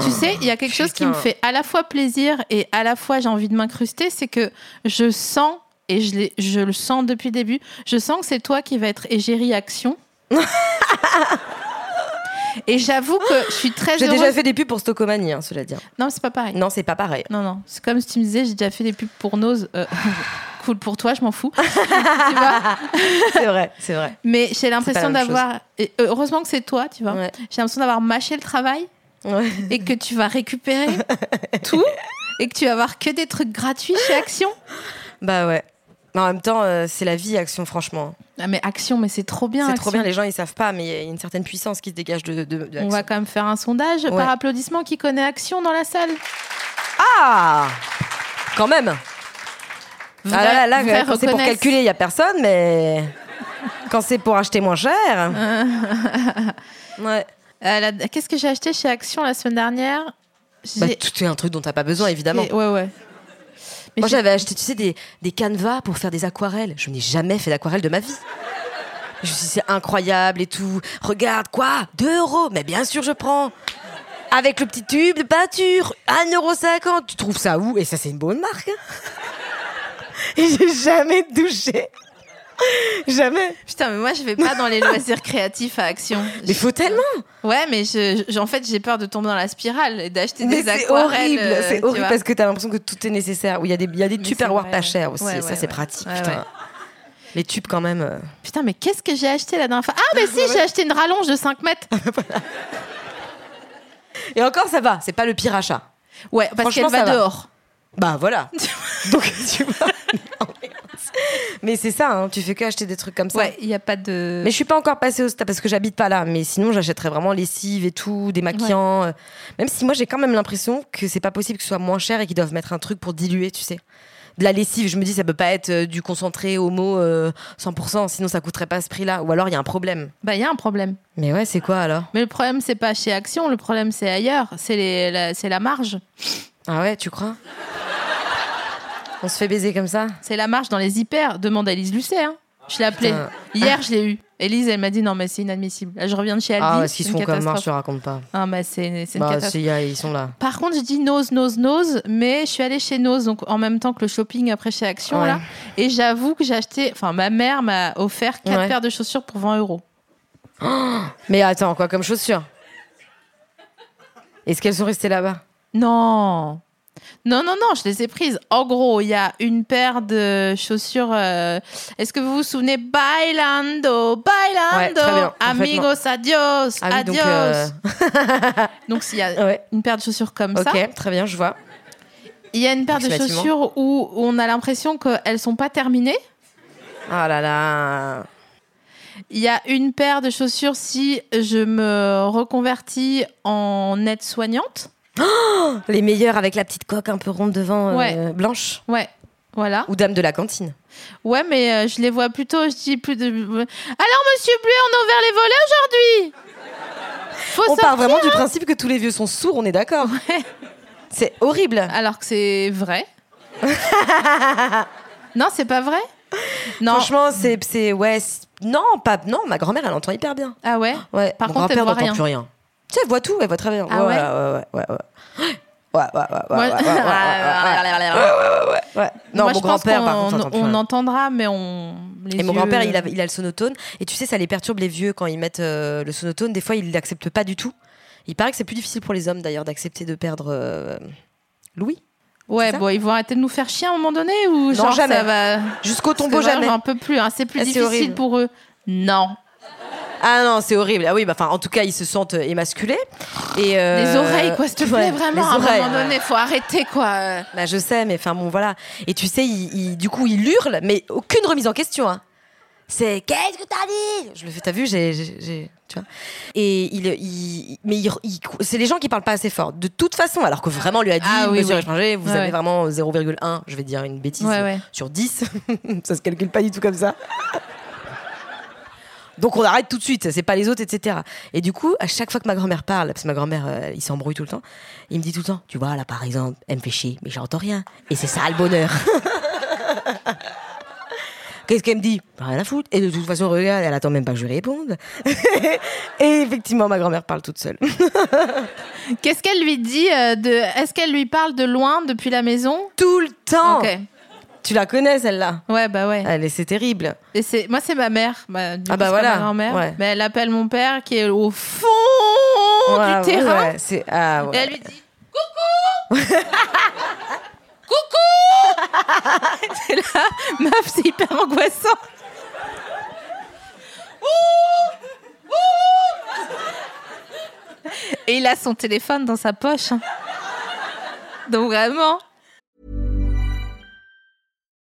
S2: Tu sais, il y a quelque chose qui me
S3: putain.
S2: fait à la fois plaisir et à la fois j'ai envie de m'incruster, c'est que je sens, et je, l'ai- je le sens depuis le début, je sens que c'est toi qui vas être égérie action. Et j'avoue que je suis très
S3: J'ai
S2: heureuse.
S3: déjà fait des pubs pour Stocomanie, hein, cela dit.
S2: Non, c'est pas pareil.
S3: Non, c'est pas pareil.
S2: Non, non. C'est comme si tu me disais, j'ai déjà fait des pubs pour Nose. Euh, cool pour toi, je m'en fous. Tu vois
S3: C'est vrai, c'est vrai.
S2: Mais j'ai l'impression
S3: même chose.
S2: d'avoir. et Heureusement que c'est toi, tu vois.
S3: Ouais.
S2: J'ai l'impression d'avoir mâché le travail
S3: Ouais.
S2: et que tu vas récupérer tout et que tu vas avoir que des trucs gratuits chez Action.
S3: Bah ouais. Mais en même temps, euh, c'est la vie, Action, franchement.
S2: Ah, mais Action, mais c'est trop bien.
S3: C'est trop
S2: Action.
S3: bien, les gens, ils savent pas, mais il y a une certaine puissance qui se dégage de, de, de
S2: On
S3: Action.
S2: va quand même faire un sondage
S3: Ouais.
S2: par applaudissement qui connaît Action dans la salle.
S3: Ah Quand même Ah là là, là,
S2: Vrai- vrai
S3: quand c'est pour
S2: reconnaissent.
S3: calculer, il n'y a personne, mais quand c'est pour acheter moins cher. ouais.
S2: Euh, la- Qu'est-ce que j'ai acheté chez Action la semaine dernière
S3: Bah,
S2: J'ai-
S3: tout est un truc dont t'as pas besoin, évidemment.
S2: j'ai- Ouais, ouais. Mais
S3: Moi,
S2: j'ai-
S3: j'avais acheté, tu sais, des, des canevas pour faire des aquarelles. Je n'ai jamais fait d'aquarelle de ma vie. Je me suis dit, c'est incroyable et tout. Regarde, quoi 2 euros Mais bien sûr, je prends. Avec le petit tube de peinture, 1,50€. Tu trouves ça où Et ça, c'est une bonne marque. hein. Et j'ai jamais touché. Jamais.
S2: Putain, mais moi, je vais pas dans les loisirs créatifs à Action.
S3: Mais faut tellement.
S2: Ouais, mais je, je- en fait, j'ai peur de tomber dans la spirale et d'acheter
S3: Mais
S2: des
S3: c'est
S2: aquarelles.
S3: horrible,
S2: euh,
S3: c'est
S2: tu
S3: horrible
S2: vois.
S3: parce que t'as l'impression que tout est nécessaire. Oui, il y a des, il y a des
S2: Mais
S3: tubes
S2: c'est
S3: à revoir
S2: vrai,
S3: pas
S2: ouais.
S3: chers aussi,
S2: Ouais,
S3: ça
S2: ouais,
S3: c'est
S2: ouais.
S3: pratique.
S2: Ouais,
S3: putain.
S2: ouais.
S3: Les tubes quand même. euh.
S2: Putain, mais qu'est-ce que j'ai acheté la dernière fois Ah, mais si, j'ai acheté une rallonge de 5 mètres.
S3: Et encore ça va, c'est pas le pire achat.
S2: Ouais, parce
S3: Franchement,
S2: qu'elle va,
S3: ça va.
S2: dehors.
S3: Bah voilà. Donc tu vois. mais c'est ça, hein, tu fais que acheter des trucs comme ça.
S2: Ouais, il n'y a pas de.
S3: Mais je suis pas encore passée au stade parce que j'habite pas là. Mais sinon, j'achèterais vraiment lessive et tout, des maquillants. euh, Même si moi, j'ai quand même l'impression que c'est pas possible que ce soit moins cher et qu'ils doivent mettre un truc pour diluer, tu sais. De la lessive, je me dis, ça peut pas être euh, du concentré homo euh, 100%, sinon ça coûterait pas ce prix-là. Ou alors, il y a un problème.
S2: Bah, il y a un problème.
S3: Mais ouais, c'est quoi alors
S2: Mais le problème, c'est pas chez Action, le problème, c'est ailleurs. C'est les- la, c'est la marge.
S3: Ah ouais, tu crois On se fait baiser comme ça
S2: C'est la marge dans les hyper. Demande à Elise Lucet. hein. Je l'ai appelée.
S3: Putain.
S2: Hier, je l'ai eu. Elise, elle m'a dit non, mais c'est inadmissible. Là, je reviens de chez Aldi.
S3: Ah ouais,
S2: c'est
S3: ce qu'ils
S2: une
S3: font comme marche,
S2: catastrophe.
S3: je raconte pas.
S2: Ah, mais c'est c'est une
S3: Bah,
S2: catastrophe.
S3: si, y a- ils sont là.
S2: Par contre, je dis Nose, Nose, Nose, mais je suis allée chez Nose, donc en même temps que le shopping après chez Action,
S3: Ouais.
S2: là. Et j'avoue que j'ai acheté, enfin, ma mère m'a offert quatre
S3: Ouais.
S2: paires de chaussures pour 20 euros.
S3: Mais attends, quoi comme chaussures Est-ce qu'elles sont restées là-bas
S2: Non! Non, non, non, je les ai prises. En gros, il y a une paire de chaussures. euh, Est-ce que vous vous souvenez Bailando,
S3: Ouais, très bien,
S2: Bailando,
S3: parfaitement.
S2: amigos, adios,
S3: Ah oui,
S2: adios.
S3: donc. euh,
S2: Donc, s'il y a
S3: Ouais.
S2: une paire de chaussures comme ça,
S3: Ok, très bien, je vois.
S2: il y a une paire de
S3: Approximativement.
S2: chaussures où on a l'impression qu'elles sont pas terminées.
S3: Ah là là.
S2: Il y a une paire de chaussures si je me reconvertis en aide-soignante.
S3: Les meilleurs avec la petite coque un peu ronde devant euh,
S2: Ouais.
S3: blanche
S2: Ouais, voilà.
S3: ou dame de la cantine.
S2: Ouais, mais euh, je les vois plutôt, je dis plus de... Alors, monsieur Bleu, on a ouvert les volets aujourd'hui Faut
S3: on part
S2: sortir
S3: vraiment du principe que tous les vieux sont sourds, on est d'accord. C'est horrible.
S2: Alors que c'est vrai. non, c'est pas vrai Non.
S3: Franchement, c'est c'est- ouais, c'est- non, pas non, ma grand-mère elle entend hyper bien.
S2: Ah ouais
S3: Ouais,
S2: Par
S3: mon
S2: contre, elle
S3: grand-père
S2: voit
S3: n'entend
S2: rien.
S3: plus rien. Tu sais, elle voit tout, elle voit très bien.
S2: Ah
S3: ouais,
S2: ouais
S3: ouais, ouais, ouais, ouais. Ouais, ouais, ouais, ouais,
S2: Moi- Ah,
S3: ouais, ouais, ouais, ouais, ouais, ouais, ouais. Non,
S2: Moi, je
S3: mon
S2: pense
S3: grand-père, par
S2: qu'on-
S3: contre, entend plus
S2: on,
S3: rien.
S2: entendra, mais on... les
S3: Et mon
S2: yeux-
S3: grand-père, il a, il a le sonotone. Et tu sais, ça les perturbe les vieux quand ils mettent euh, le sonotone. Des fois, ils l'acceptent pas du tout. Il paraît que c'est plus difficile pour les hommes d'ailleurs d'accepter de perdre euh, Louis.
S2: Ouais,
S3: ça
S2: bon, ils vont arrêter de nous faire chier à un moment donné ou
S3: Non,
S2: genre
S3: jamais.
S2: ça va...
S3: Jusqu'au
S2: Parce
S3: tombeau
S2: que, genre,
S3: jamais.
S2: J'en peux plus, hein, c'est plus
S3: Ah, c'est
S2: difficile
S3: horrible.
S2: pour eux. Non.
S3: Ah non, c'est horrible. Ah oui, bah, enfin, en tout cas, ils se sentent euh, émasculés. Et euh,
S2: les oreilles, quoi, s'il te plaît,
S3: ouais,
S2: vraiment. À
S3: les oreilles,
S2: un moment
S3: ouais.
S2: donné, faut arrêter, quoi.
S3: Bah, je sais, mais enfin bon, voilà. Et tu sais, il, il- du coup, il hurle, mais aucune remise en question. hein. C'est qu'est-ce que t'as dit Je le fais, t'as vu, j'ai, j'ai- j'ai- tu vois. Et il, il- mais il- il- c'est les gens qui parlent pas assez fort. De toute façon, alors que vraiment, on lui a dit,
S2: Ah oui,
S3: Monsieur
S2: oui.
S3: Étranger, vous
S2: Ouais,
S3: avez
S2: ouais.
S3: vraiment 0,1, je vais dire une bêtise,
S2: Ouais, ouais.
S3: sur 10. ça se calcule pas du tout comme ça. Donc on arrête tout de suite, c'est pas les autres, etc. Et du coup, à chaque fois que ma grand-mère parle, parce que ma grand-mère, euh, il s'embrouille tout le temps, il me dit tout le temps, tu vois là par exemple, elle me fait chier, mais j'entends rien. Et c'est ça le bonheur. Qu'est-ce qu'elle me dit Bah, Rien à foutre. Et de toute façon, regarde, elle attend même pas que je lui réponde. Et effectivement, ma grand-mère parle toute seule.
S2: Qu'est-ce qu'elle lui dit euh, de... Est-ce qu'elle lui parle de loin depuis la maison
S3: Oh. Tout le temps
S2: Ok.
S3: Tu la connais celle-là
S2: Ouais, bah ouais.
S3: Allez, c'est terrible.
S2: Et c'est moi, c'est ma mère. Ma, du
S3: Ah
S2: coup,
S3: bah
S2: c'est ma
S3: voilà,
S2: grand-mère.
S3: ouais.
S2: Mais elle appelle mon père qui est au fond
S3: Ouais,
S2: du terrain.
S3: ouais, c'est ah, ouais.
S2: Et elle lui dit Coucou Coucou T'es là, meuf, c'est hyper angoissant. Ouh Ouh Et il a son téléphone dans sa poche. hein. Donc vraiment.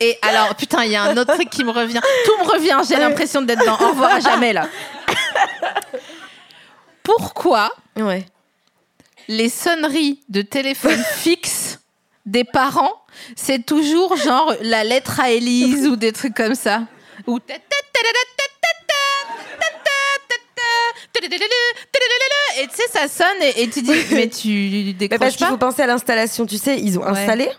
S2: Et alors, putain, il y a un autre truc qui me revient. Tout me revient, j'ai l'impression d'être dans Au revoir à jamais là. Pourquoi
S3: Ouais.
S2: les sonneries de téléphone fixe des parents, c'est toujours genre la lettre à Élise ou des trucs comme ça Ou ta- ta- ta- da- da- ta- ta- ta- ta- ta- ta- ta- ta- ta- ta- ta- ta- ta- ta- ta- et tu sais ça sonne et, et tu dis mais tu
S3: Mais Bah, parce
S2: décroches
S3: qu'il
S2: pas
S3: faut penser à l'installation, tu sais, ils ont
S2: Ouais.
S3: installé,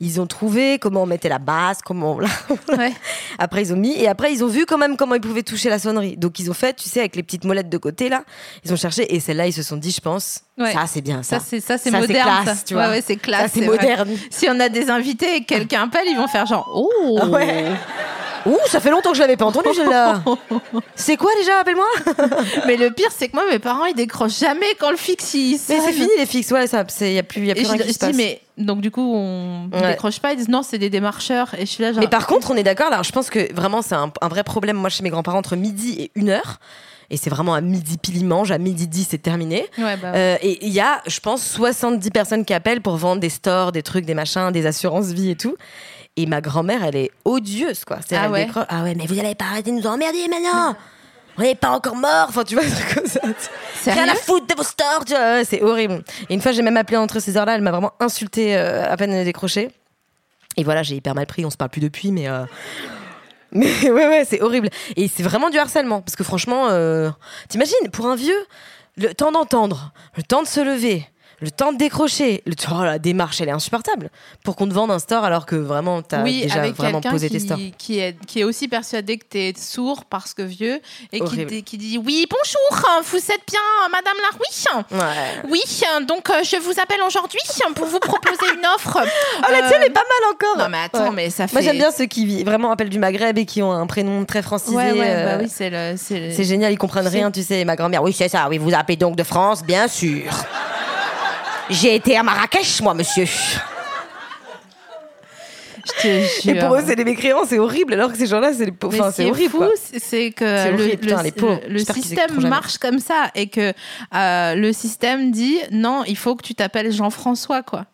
S3: ils ont trouvé comment on mettait la base, comment on la-
S2: Ouais.
S3: Après ils ont mis et après ils ont vu quand même comment ils pouvaient toucher la sonnerie. Donc ils ont fait, tu sais, avec les petites molettes de côté là, ils ont cherché et celle-là ils se sont dit, je pense,
S2: Ouais.
S3: ça c'est bien ça.
S2: ça c'est ça c'est
S3: Ça, c'est
S2: moderne
S3: classe,
S2: ça.
S3: tu vois.
S2: Ouais, ouais, c'est classe
S3: Ça, c'est
S2: vrai.
S3: moderne.
S2: si on a des invités et que quelqu'un appelle ils vont faire genre oh
S3: Ah Ouais. Ouh, ça fait longtemps que je l'avais pas entendu celle-là. c'est quoi déjà, rappelle-moi
S2: mais le pire c'est que moi mes parents ils décrochent jamais quand le fixe il
S3: Mais
S2: sonne.
S3: c'est fini les fixes, ouais, ça, c'est y a plus, y a
S2: Et
S3: plus
S2: je,
S3: rien
S2: je
S3: qui se passe.
S2: dis, mais donc du coup, on
S3: Ouais.
S2: décroche pas. Ils disent, non, c'est des démarcheurs. Et je suis là, genre.
S3: Mais par contre, on est d'accord, là, je pense que vraiment, c'est un, un vrai problème, moi, chez mes grands-parents, entre midi et une heure. Et c'est vraiment à midi pile, ils mangent, à midi 10, c'est terminé.
S2: Ouais, bah,
S3: Euh, et il y a, je pense, 70 personnes qui appellent pour vendre des stores, des trucs, des machins, des assurances-vie et tout. Et ma grand-mère, elle est odieuse, quoi. C'est
S2: Ah
S3: elle
S2: ouais.
S3: décroche, ah ouais, mais vous allez pas arrêter de nous emmerder maintenant On n'est pas encore mort, enfin tu vois, un truc comme ça. Rien à
S2: Sérieux
S3: foutre de vos stores, tu vois, ouais, c'est horrible. Et une fois, j'ai même appelé entre ces heures-là, elle m'a vraiment insulté euh, à peine elle a décroché. Et voilà, j'ai hyper mal pris, on se parle plus depuis, mais. euh, Mais ouais, ouais, c'est horrible. Et c'est vraiment du harcèlement, parce que franchement, euh, t'imagines, pour un vieux, le temps d'entendre, le temps de se lever, le temps de décrocher, le temps, oh, la démarche, elle est insupportable. Pour qu'on te vende un store alors que vraiment, t'as
S2: oui,
S3: déjà
S2: avec
S3: vraiment
S2: quelqu'un
S3: posé tes stores.
S2: qui, qui est, qui est aussi persuadé que t'es sourd parce que vieux et qui,
S3: Horrible.
S2: dit- qui dit Oui, bonjour, hein, vous êtes bien euh, Madame Larouille
S3: Ouais.
S2: Oui, euh, donc euh, je vous appelle aujourd'hui euh, pour vous proposer une offre.
S3: Oh, la
S2: Euh,
S3: tienne est pas mal encore
S2: Non, mais attends,
S3: Ouais.
S2: mais ça fait.
S3: Moi, j'aime bien ceux qui vi- vraiment appellent du Maghreb et qui ont un prénom très francisé.
S2: Ouais, ouais,
S3: euh,
S2: bah oui, c'est le. c'est le-
S3: C'est génial, ils comprennent
S2: C'est-
S3: rien, tu sais. Et ma grand-mère, oui, c'est ça, oui, vous appelez donc de France, bien sûr. J'ai été à Marrakech, moi, monsieur.
S2: Je te
S3: Et pour
S2: jure.
S3: eux, c'est des mécréants, c'est horrible, alors que ces gens-là, c'est les pauvres.
S2: Mais
S3: Enfin,
S2: ce
S3: c'est
S2: qui est
S3: horrible,
S2: fou,
S3: quoi.
S2: c'est- c'est que
S3: C'est
S2: le,
S3: horrible, putain,
S2: le-
S3: les pauvres.
S2: le
S3: J'espère qu'ils écouteront
S2: système
S3: jamais.
S2: marche comme ça et que euh, le système dit non, il faut que tu t'appelles Jean-François, quoi.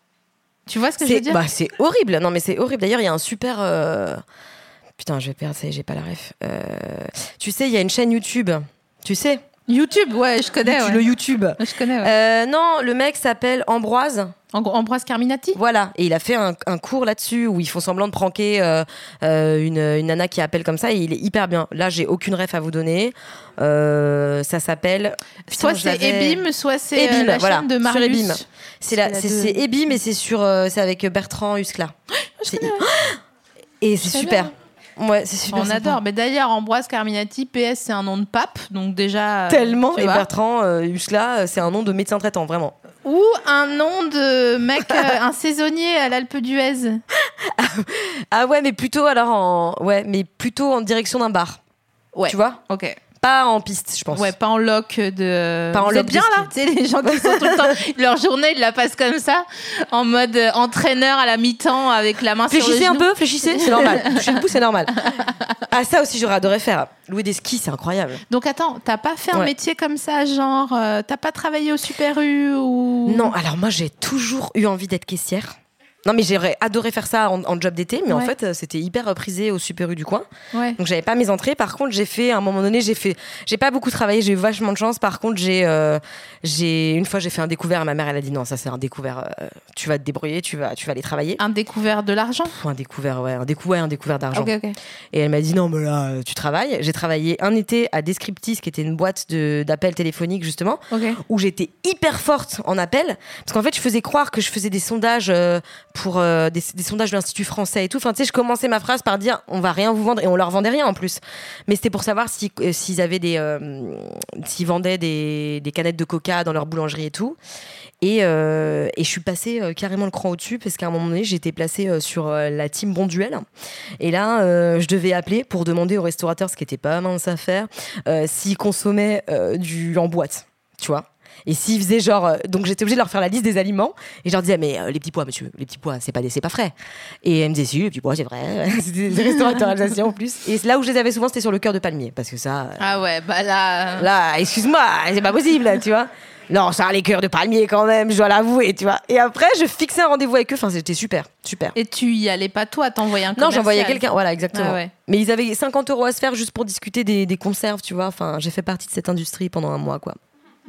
S2: Tu vois ce que je veux
S3: C'est
S2: dire
S3: bah, c'est horrible. Non, mais c'est horrible. D'ailleurs, il y a un super. euh, Putain, je vais perdre, ça y est, j'ai pas la ref. Euh, Tu sais, il y a une chaîne YouTube. Tu sais
S2: YouTube, ouais, je connais.
S3: Le
S2: ouais.
S3: YouTube.
S2: Je connais. ouais.
S3: Euh, non, le mec s'appelle Ambroise.
S2: En gros, Ambroise Carminati.
S3: Voilà, et il a fait un, un cours là-dessus où ils font semblant de pranker euh, euh, une, une nana qui appelle comme ça et il est hyper bien. Là, j'ai aucune ref à vous donner. Euh, ça s'appelle. Putain,
S2: Soit
S3: je
S2: c'est
S3: l'avais-
S2: Ebim, soit c'est euh,
S3: Ebim,
S2: la
S3: voilà,
S2: chaîne de
S3: sur
S2: Marius.
S3: Ebim. C'est la,
S2: la
S3: c'est,
S2: deux. Ah,
S3: c'est Ebim et c'est sur, euh, c'est avec Bertrand Huskla. C'est- Et c'est
S2: connais,
S3: super. Ouais, c'est super.
S2: On
S3: sympa.
S2: adore. Mais d'ailleurs, Ambroise Carminati, PS, c'est un nom de pape, donc déjà. euh,
S3: Tellement.
S2: tu
S3: Et
S2: vois.
S3: Bertrand euh, Huskla, euh, c'est un nom de médecin traitant, vraiment.
S2: Ou un nom de mec, euh, un saisonnier à l'Alpe d'Huez.
S3: Ah ouais, mais plutôt alors en, ouais, mais plutôt en direction d'un bar.
S2: Ouais.
S3: Tu vois,
S2: Ok.
S3: pas en piste, je pense.
S2: Ouais, pas en loc de.
S3: Pas en
S2: Vous
S3: loc
S2: êtes bien
S3: de
S2: là, tu sais, les gens qui sont tout le temps. Leur journée, ils la passent comme ça, en mode euh, entraîneur à la mi-temps avec la main sur le
S3: Fléchissez un
S2: genou.
S3: peu, fléchissez, c'est normal. Touchez le pouce, c'est normal. Ah, ça aussi, j'aurais adoré faire. Louer des skis, c'est incroyable.
S2: Donc attends, t'as pas fait un
S3: Ouais.
S2: métier comme ça, genre, euh, t'as pas travaillé au Super U ou.
S3: Mmh. Non, alors moi, j'ai toujours eu envie d'être caissière. Non, mais j'aurais adoré faire ça en, en job d'été, mais en
S2: Ouais.
S3: fait, euh, c'était hyper reprisé au Super U du coin.
S2: Ouais.
S3: Donc j'avais pas mes entrées. Par contre, j'ai fait à un moment donné, j'ai fait, j'ai pas beaucoup travaillé, j'ai eu vachement de chance. Par contre, j'ai, euh, j'ai une fois j'ai fait un découvert. Ma mère elle a dit non, ça c'est un découvert. euh, tu vas te débrouiller, tu vas, tu vas aller travailler.
S2: Un découvert de l'argent.
S3: Pff, un découvert, ouais, un découvert, un découvert d'argent.
S2: Ok, ok.
S3: Et elle m'a dit non, mais là, euh, tu travailles. J'ai travaillé un été à Descriptis, qui était une boîte de- d'appels téléphoniques justement
S2: Ok.
S3: où j'étais hyper forte en appel parce qu'en fait je faisais croire que je faisais des sondages euh, pour euh, des, des sondages de l'institut français et tout enfin tu sais je commençais ma phrase par dire on va rien vous vendre et on leur vendait rien en plus mais c'était pour savoir si euh, s'ils avaient des euh, s'ils vendaient des, des canettes de coca dans leur boulangerie et tout et, euh, et je suis passée euh, carrément le cran au-dessus parce qu'à un moment donné j'étais placée euh, sur euh, la team bon duel et là euh, je devais appeler pour demander aux restaurateurs ce qui était pas mince à faire euh, s'ils consommaient euh, du en boîte tu vois et s'ils faisaient genre, euh, donc j'étais obligée de leur faire la liste des aliments et je leur disais mais euh, les petits pois monsieur, les petits pois c'est pas des- c'est pas frais. Et elle me disait si les petits pois c'est vrai, c'était des restaurateurs alsaciens en plus. Et là où je les avais souvent c'était sur le cœur de palmier parce que ça, euh,
S2: Ah ouais, bah là.
S3: là excuse-moi c'est pas possible là, tu vois. Non ça les cœurs de palmier quand même, je dois l'avouer tu vois. Et après je fixais un rendez-vous avec eux, enfin c'était super super.
S2: Et tu y allais pas toi, t'envoyais un
S3: Non,
S2: commercial.
S3: j'envoyais quelqu'un, voilà, exactement.
S2: Ah ouais.
S3: Mais ils avaient 50 euros à se faire juste pour discuter des, des conserves, tu vois. Enfin, j'ai fait partie de cette industrie pendant un mois, quoi.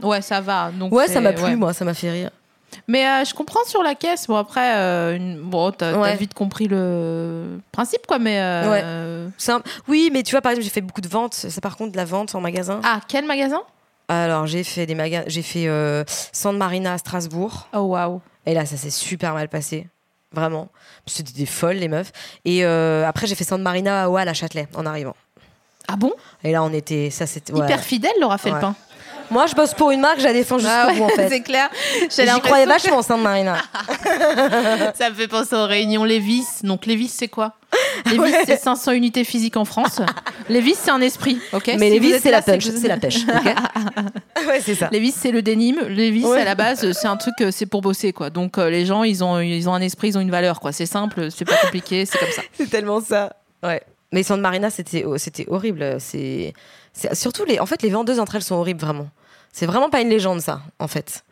S2: Ouais, ça va. Donc
S3: Ouais,
S2: c'est-
S3: ça m'a plu,
S2: ouais.
S3: moi, ça m'a fait rire.
S2: Mais euh, je comprends sur la caisse. Bon, après, euh, une... bon, t'as t'as
S3: Ouais.
S2: vite compris le principe, quoi. Mais. euh,
S3: Simple. Oui, mais tu vois, par exemple, j'ai fait beaucoup de ventes. Ça, par contre, de la vente en magasin.
S2: Ah, quel magasin
S3: Alors, j'ai fait des magasins. J'ai fait euh, Sand Marina à Strasbourg.
S2: Oh, waouh.
S3: Et là, ça s'est super mal passé. Vraiment. C'était des folles, les meufs. Et euh, après, j'ai fait Sand Marina à Oual à Châtelet en arrivant.
S2: Ah bon
S3: Et là, on était. Ça, c'était. ouais.
S2: Hyper fidèle, Laura Felpin.
S3: Moi, je bosse pour une marque, je la défends jusqu'au bout, en fait.
S2: Ah c'est clair. J'ai
S3: J'y croyais
S2: l'impression
S3: vachement, Sand Marina.
S2: que Ça me fait penser aux réunions Lévis. Donc, Lévis, c'est quoi Lévis,
S3: Ouais.
S2: c'est 500 unités physiques en France. Lévis, c'est un esprit. ok
S3: Mais
S2: Si
S3: les
S2: vous
S3: vis,
S2: êtes
S3: c'est
S2: là,
S3: la punch,
S2: que vous-
S3: c'est la pêche. ok ouais, c'est ça.
S2: Lévis, c'est le dénime. Lévis,
S3: Ouais.
S2: à la base, c'est un truc, euh, c'est pour bosser, quoi. Donc, euh, les gens, ils ont, ils ont un esprit, ils ont une valeur, quoi. C'est simple, c'est pas compliqué, c'est comme ça.
S3: C'est tellement ça. Ouais. Mais San Marina, c'était oh, c'était horrible. C'est c'est- surtout les. En fait, les vendeuses entre elles sont horribles, vraiment. C'est vraiment pas une légende, ça, en fait.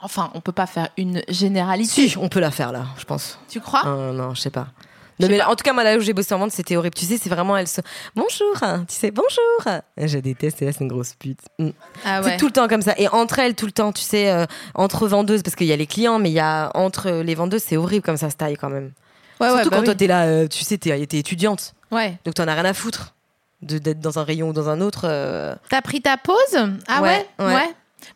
S2: Enfin, on peut pas faire une généralité.
S3: Si, on peut la faire là, je pense.
S2: Tu crois
S3: Euh, non, je sais pas.
S2: Ah. Je
S3: Non,
S2: sais
S3: mais là, en tout cas, moi, là où j'ai bossé en vente, c'était horrible. Tu sais, c'est vraiment, elles se. Bonjour, hein, tu sais, bonjour. Je déteste, et là, c'est une grosse pute. Mm.
S2: Ah
S3: C'est tout le temps comme ça. Et entre elles, tout le temps, tu sais, euh, entre vendeuses, parce qu'il y a les clients, mais il y a entre les vendeuses, c'est horrible comme ça se taille quand même.
S2: Ouais, ouais,
S3: Surtout
S2: bah
S3: quand toi,
S2: oui.
S3: t'es là, euh, tu sais, t'es t'es étudiante.
S2: Ouais.
S3: Donc t'en as rien à foutre de d'être dans un rayon ou dans un autre. euh,
S2: T'as pris ta pause Ah ouais
S3: Ouais,
S2: ouais,
S3: ouais.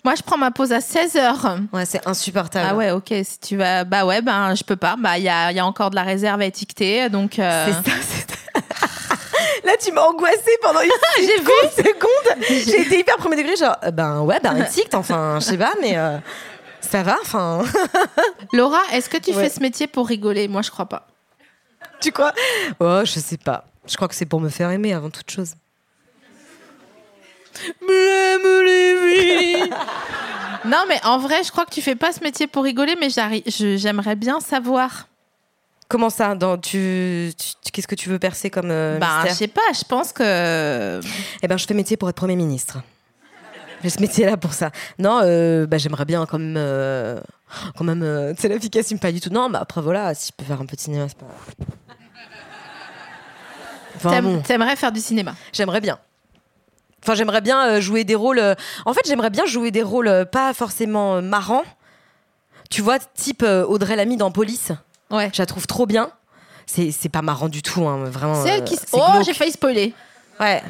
S2: Moi, je prends ma pause à 16h.
S3: Ouais, c'est insupportable.
S2: Ah ouais, ok. Si tu vas, bah ouais, ben je peux pas. Bah il y a, il y a encore de la réserve à étiqueter, donc. euh,
S3: C'est ça, c'est- Là, tu m'as angoissée pendant une J'ai vu seconde. J'ai été hyper premier degré, genre, euh, ben ouais, ben tic, enfin, je sais pas, mais euh, ça va, enfin,
S2: Laura, est-ce que tu
S3: Ouais.
S2: fais ce métier pour rigoler Moi, je crois pas.
S3: tu crois Oh, je sais pas. Je crois que c'est pour me faire aimer avant toute chose.
S2: non, mais en vrai, je crois que tu fais pas ce métier pour rigoler, mais j'arri- je- j'aimerais bien savoir.
S3: Comment ça dans, tu, tu- tu- Qu'est-ce que tu veux percer comme euh,
S2: bah, je
S3: mystère
S2: sais pas. Je pense que.
S3: Eh ben, je fais métier pour être Premier ministre. J'ai ce métier-là pour ça. Non, euh, bah, j'aimerais bien quand même... euh, quand même, euh, tu sais, l'efficacité, pas du tout. Non, bah après, voilà, si je peux faire un peu de cinéma, c'est pas... Enfin,
S2: t'aimes-
S3: bon,
S2: T'aimerais faire du cinéma.
S3: j'aimerais bien. Enfin, j'aimerais bien euh, jouer des rôles... euh, En fait, j'aimerais bien jouer des rôles euh, pas forcément euh, marrants. Tu vois, type euh, Audrey Lamy dans Police.
S2: Ouais.
S3: Je la trouve trop bien. C'est c'est pas marrant du tout, hein, vraiment.
S2: C'est elle
S3: euh,
S2: qui. s-
S3: c'est
S2: Oh,
S3: glauque.
S2: j'ai failli spoiler.
S3: Ouais.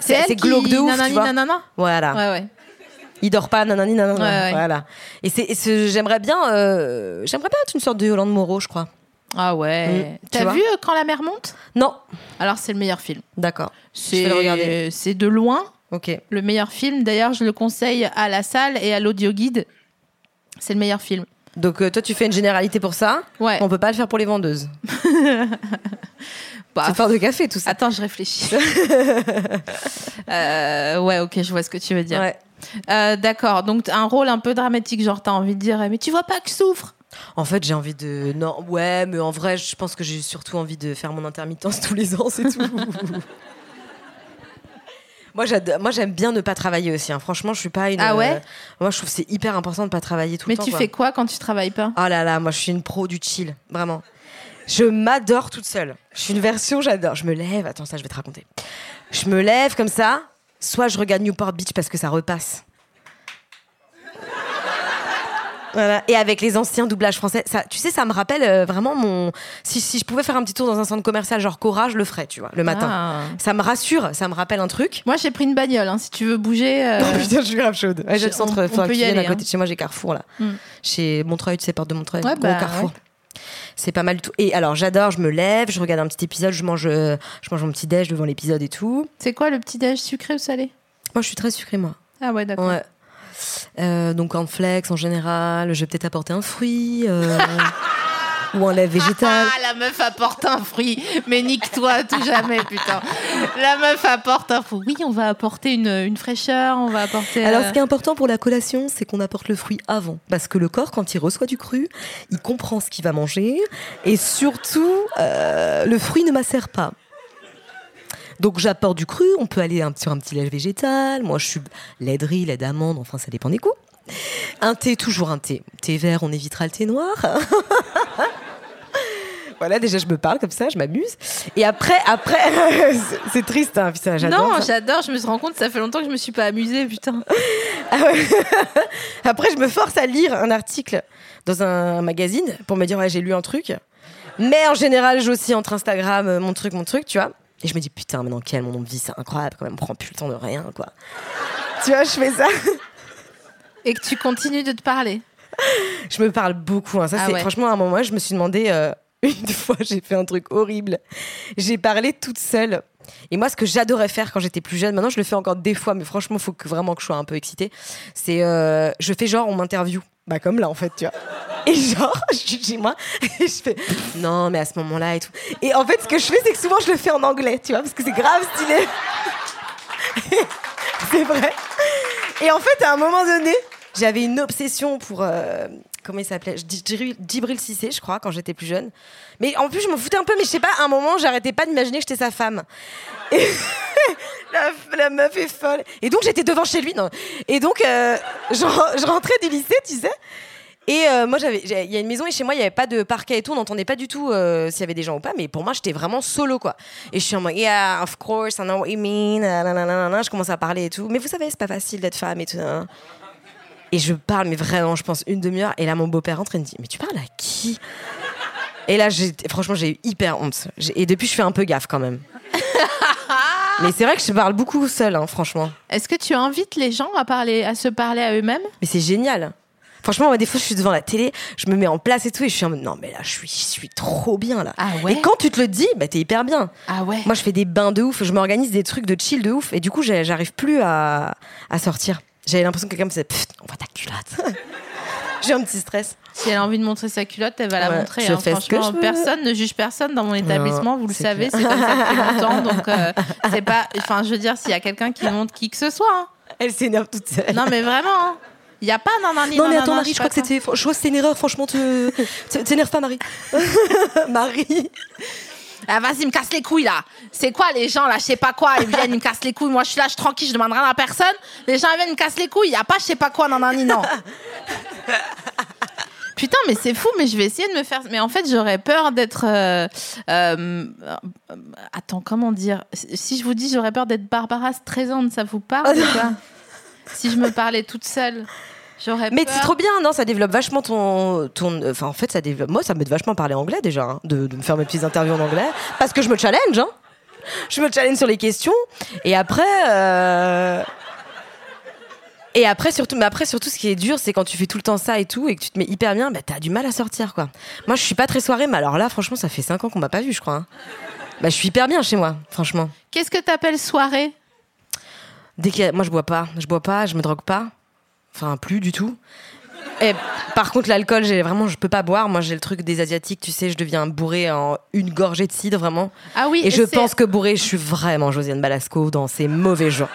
S2: C'est elle
S3: C'est
S2: qui-
S3: glauque de ouf, tu
S2: nanani,
S3: vois. Ah.
S2: nanana.
S3: Voilà.
S2: Ouais, ouais.
S3: il dort pas, nanani, nanana.
S2: Ouais, ouais.
S3: Voilà. Et c'est, et ce- j'aimerais bien, euh, j'aimerais bien être une sorte de Yolande Moreau, je crois.
S2: Ah ouais.
S3: Mm, tu
S2: T'as
S3: vois
S2: vu euh, quand la mer monte
S3: Non,
S2: Alors c'est le meilleur film.
S3: d'accord. Je vais le
S2: C'est
S3: regarder.
S2: c'est de loin
S3: Ok.
S2: le meilleur film. D'ailleurs, je le conseille à la salle et à l'audio guide. C'est le meilleur film.
S3: Donc euh, toi, tu fais une généralité pour ça.
S2: Ouais.
S3: On peut pas le faire pour les vendeuses.
S2: Bah,
S3: C'est fort de café, tout ça.
S2: Attends, je réfléchis. Euh, ouais, ok, je vois ce que tu veux dire.
S3: Ouais.
S2: Euh, D'accord, donc un rôle un peu dramatique, genre t'as envie de dire, mais tu vois pas que je souffre
S3: En fait, j'ai envie de. Non, ouais, mais en vrai, je pense que j'ai surtout envie de faire mon intermittence tous les ans, c'est tout. Moi, j'adore- moi, j'aime bien ne pas travailler aussi. hein. Franchement, je suis pas une.
S2: Ah ouais
S3: euh, moi, je trouve que c'est hyper important de pas travailler tout
S2: Mais
S3: le temps.
S2: tu
S3: quoi.
S2: fais quoi quand tu travailles pas
S3: Oh là là, moi, je suis une pro du chill, vraiment. Je m'adore toute seule. Je suis une version, j'adore. Je me lève. Attends, ça, je vais te raconter. Je me lève comme ça. Soit je regarde Newport Beach parce que ça repasse. Voilà. Et avec les anciens doublages français, ça, tu sais, ça me rappelle euh, vraiment mon. Si, si je pouvais faire un petit tour dans un centre commercial genre Cora, je le ferais, tu vois, le matin.
S2: Ah.
S3: Ça me rassure, ça me rappelle un truc.
S2: Moi, j'ai pris une bagnole. hein, Si tu veux bouger, euh,
S3: Oh putain, je suis grave chaude. Ouais, j'ai le
S2: Je-
S3: centre
S2: on- on
S3: enfin,
S2: peut y
S3: qui vient
S2: aller,
S3: à côté
S2: hein.
S3: de chez moi, j'ai Carrefour là. Chez Montreuil, tu sais, porte de Montreuil,
S2: Ouais,
S3: gros
S2: bah,
S3: Carrefour.
S2: ouais.
S3: C'est pas mal du tout. Et alors, j'adore, je me lève, je regarde un petit épisode, je mange, euh, je mange mon petit déj devant l'épisode et tout.
S2: c'est quoi le petit déj sucré ou salé
S3: Moi, je suis très sucrée, moi.
S2: Ah ouais, d'accord.
S3: Ouais. Euh, donc, en flex en général, je vais peut-être apporter un fruit euh, ou un lait végétal.
S2: Ah, la meuf apporte un fruit, mais nique-toi à tout jamais, putain. La meuf apporte un fruit. Oui, on va apporter une, une fraîcheur, on va apporter.
S3: Alors,
S2: euh,
S3: ce qui est important pour la collation, c'est qu'on apporte le fruit avant. Parce que le corps, quand il reçoit du cru, il comprend ce qu'il va manger. Et surtout, euh, le fruit ne macère pas. Donc, j'apporte du cru. On peut aller un- sur un petit lait végétal. Moi, je suis lait de riz, lait d'amande. Enfin, ça dépend des goûts. Un thé, toujours un thé. Thé vert, on évitera le thé noir. Voilà, déjà, je me parle comme ça, je m'amuse. Et après, après, c'est- c'est triste, hein, putain, j'adore.
S2: non,
S3: ça.
S2: j'adore, je me suis rendu compte, ça fait longtemps que je me suis pas amusée, putain.
S3: Ah ouais. Après, je me force à lire un article dans un magazine pour me dire, ouais, j'ai lu un truc. Mais en général, j'ai aussi entre Instagram, euh, mon truc, mon truc, tu vois. Et je me dis, putain, mais dans quel monde on vit, c'est incroyable quand même, on prend plus le temps de rien, quoi. tu vois, je fais ça.
S2: Et que tu continues de te parler.
S3: Je me parle beaucoup. hein. Ça,
S2: Ah
S3: c'est
S2: ouais.
S3: franchement à un moment, je me suis demandé euh, une fois, j'ai fait un truc horrible. J'ai parlé toute seule. Et moi, ce que j'adorais faire quand j'étais plus jeune, maintenant je le fais encore des fois, mais franchement, faut que, vraiment que je sois un peu excitée. C'est, euh, je fais genre, on m'interview. Bah comme là, en fait, tu vois. Et genre, je suis chez moi et je fais non, mais à ce moment-là et tout. Et en fait, ce que je fais, c'est que souvent, je le fais en anglais, tu vois, parce que c'est grave stylé. C'est vrai. Et en fait, à un moment donné, j'avais une obsession pour. euh, comment il s'appelait J- Djibril Djibril Cissé, je crois, quand j'étais plus jeune. Mais en plus, je m'en foutais un peu, mais je sais pas, à un moment, j'arrêtais pas d'imaginer que j'étais sa femme. Et la, la meuf est folle. Et donc, j'étais devant chez lui. Non. Et donc, euh, je, ren- je rentrais du lycée, tu sais. Et euh, moi, j'avais, j'ai- il y a une maison et chez moi, il n'y avait pas de parquet et tout. On n'entendait pas du tout euh, s'il y avait des gens ou pas. Mais pour moi, j'étais vraiment solo, quoi. Et je suis en mode, yeah, of course, I know what you mean. ah, nanana, nanana. Je commence à parler et tout. Mais vous savez, c'est pas facile d'être femme et tout. nanana. Et je parle, mais vraiment, je pense une demi-heure. Et là, mon beau-père rentre et me dit, mais tu parles à qui Et là, j'ai, franchement, j'ai eu hyper honte. J'ai- et depuis, je fais un peu gaffe quand même. mais c'est vrai que je parle beaucoup seule, hein, franchement.
S2: Est-ce que tu invites les gens à, parler, à se parler à eux-mêmes
S3: Mais c'est génial. Franchement, moi, des fois, je suis devant la télé, je me mets en place et tout, et je suis en mode, non, mais là, je suis, je suis trop bien, là.
S2: Ah ouais
S3: Et quand tu te le dis, bah, t'es hyper bien.
S2: Ah ouais
S3: Moi, je fais des bains de ouf, je m'organise des trucs de chill de ouf, et du coup, j'ai- j'arrive plus à, à sortir. J'avais l'impression que quelqu'un me disait, Pfft, on voit ta culotte. j'ai un petit stress.
S2: Si elle a envie de montrer sa culotte, elle va la
S3: Ouais,
S2: montrer.
S3: je
S2: hein.
S3: fais ce que
S2: Franchement,
S3: je veux.
S2: personne ne juge personne dans mon établissement. vous le
S3: c'est
S2: savez, c'est comme ça depuis longtemps. Donc, euh, c'est pas. Enfin, je veux dire, s'il y a quelqu'un qui monte qui que ce soit. hein.
S3: Elle s'énerve toute seule.
S2: Non, mais vraiment. hein. Il n'y a pas d'un
S3: Non, mais attends, Marie, je crois que c'était, je crois que c'était une erreur, franchement, tu, tu- t'énerves pas, Marie. Marie.
S2: Ah, vas-y, me casse les couilles là. C'est quoi les gens là, je sais pas quoi, ils viennent, ils me cassent les couilles. Moi, je suis là, je suis tranquille, je demande rien à personne. Les gens ils viennent, ils me cassent les couilles. Il y a pas, je sais pas quoi, nanani, non. Putain, mais c'est fou, mais je vais essayer de me faire. Mais en fait, j'aurais peur d'être. euh, euh, euh, attends, comment dire Si je vous dis, j'aurais peur d'être Barbara Streisand, ça vous parle
S3: Oh
S2: ou pas Si je me parlais toute seule, j'aurais
S3: Mais
S2: peur.
S3: c'est trop bien, non Ça développe vachement ton, ton. Enfin, en fait, ça développe. Moi, ça m'aide vachement parler anglais déjà, hein, de, de me faire mes petites interviews en anglais, parce que je me challenge. Hein. Je me challenge sur les questions, et après. euh, Et après surtout, mais après surtout, ce qui est dur, c'est quand tu fais tout le temps ça et tout, et que tu te mets hyper bien, bah t'as du mal à sortir, quoi. Moi, je suis pas très soirée, mais alors là, franchement, ça fait 5 ans qu'on m'a pas vu, je crois. hein. Bah, je suis hyper bien chez moi, franchement.
S2: Qu'est-ce que t'appelles soirée
S3: Dès que moi je bois pas, je bois pas, je me drogue pas, enfin plus du tout. Et par contre l'alcool, j'ai vraiment je peux pas boire. Moi j'ai le truc des asiatiques, tu sais, je deviens bourré en une gorgée de cidre vraiment.
S2: Ah oui,
S3: Et je
S2: c'est-
S3: pense que bourré, je suis vraiment Josiane Balasco dans ces mauvais jours.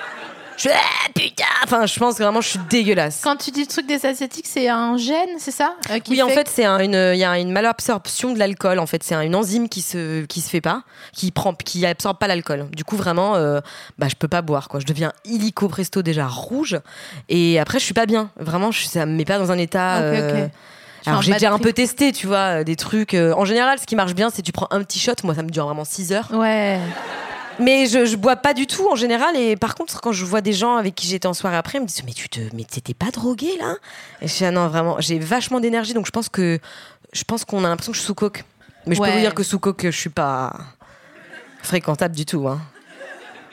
S3: Je suis ah, putain. Enfin, je pense que vraiment, je suis dégueulasse.
S2: Quand tu dis le truc des asiatiques, c'est un gène, c'est ça Euh, qui
S3: Oui,
S2: fait
S3: en fait, c'est un- une, il y a une malabsorption de l'alcool. En fait, c'est un- une enzyme qui se, qui se fait pas, qui prend, qui absorbe pas l'alcool. Du coup, vraiment, euh, bah, je peux pas boire. Quoi, je deviens illico presto déjà rouge. Et après, je suis pas bien. Vraiment, je, ça me met pas dans un état.
S2: Ok,
S3: euh,
S2: ok.
S3: Alors
S2: Genre
S3: j'ai
S2: bad
S3: déjà un
S2: trip.
S3: peu testé, tu vois, euh, des trucs. euh, en général, ce qui marche bien, c'est tu prends un petit shot. Moi, ça me dure vraiment 6 heures.
S2: Ouais.
S3: Mais je, je bois pas du tout en général. Et par contre, quand je vois des gens avec qui j'étais en soirée après, ils me disent Mais tu te, mais t'étais pas drogué là Et je dis Ah non, vraiment, j'ai vachement d'énergie. Donc je pense que je pense qu'on a l'impression que je suis sous coque. Mais je peux
S2: Ouais.
S3: vous dire que sous coque, je suis pas fréquentable du tout. hein.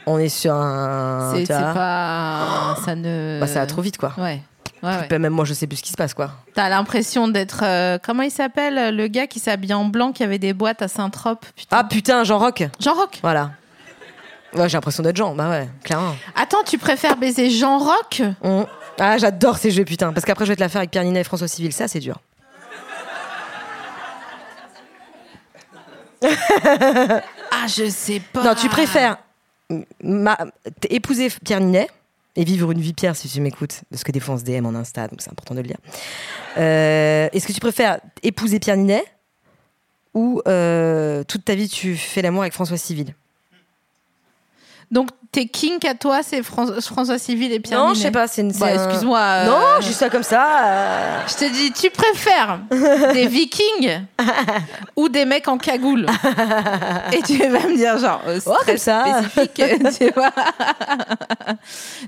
S3: On est sur un.
S2: C'est
S3: tu
S2: c'est
S3: vois,
S2: pas. Ça ne.
S3: Ah, bah, ça va trop vite quoi.
S2: Ouais. Ouais, ouais.
S3: Même moi, je sais plus ce qui se passe quoi.
S2: T'as l'impression d'être. euh, comment il s'appelle euh, Le gars qui s'habille en blanc, qui avait des boîtes à Saint-Trope. Putain.
S3: Ah putain, Jean Rock
S2: Jean Rock.
S3: Voilà. Ouais, j'ai l'impression d'être Jean, bah ouais, clairement.
S2: Attends, tu préfères baiser Jean Rock
S3: On- Ah, j'adore ces jeux, putain. Parce qu'après, je vais te la faire avec Pierre Ninet et François Civil. Ça, c'est dur.
S2: Ah, je sais pas.
S3: Non, tu préfères m- ma... t- épouser Pierre Ninet et vivre une vie Pierre, si tu m'écoutes. Parce que des fois, on se DM en Insta, donc c'est important de le dire. Euh, Est-ce que tu préfères épouser Pierre Ninet ou euh, toute ta vie, tu fais l'amour avec François Civil
S2: Donc, tes kinks à toi, c'est Fran- François Civil et Pierre
S3: Non,
S2: Ninet.
S3: je sais pas, c'est une.
S2: Bah,
S3: c'est un-
S2: excuse-moi. euh,
S3: Non, juste ça comme ça. euh.
S2: Je te dis, tu préfères des vikings ou des mecs en cagoule Et tu vas me dire, genre, euh, c'est
S3: Oh,
S2: très
S3: comme ça.
S2: spécifique, tu vois.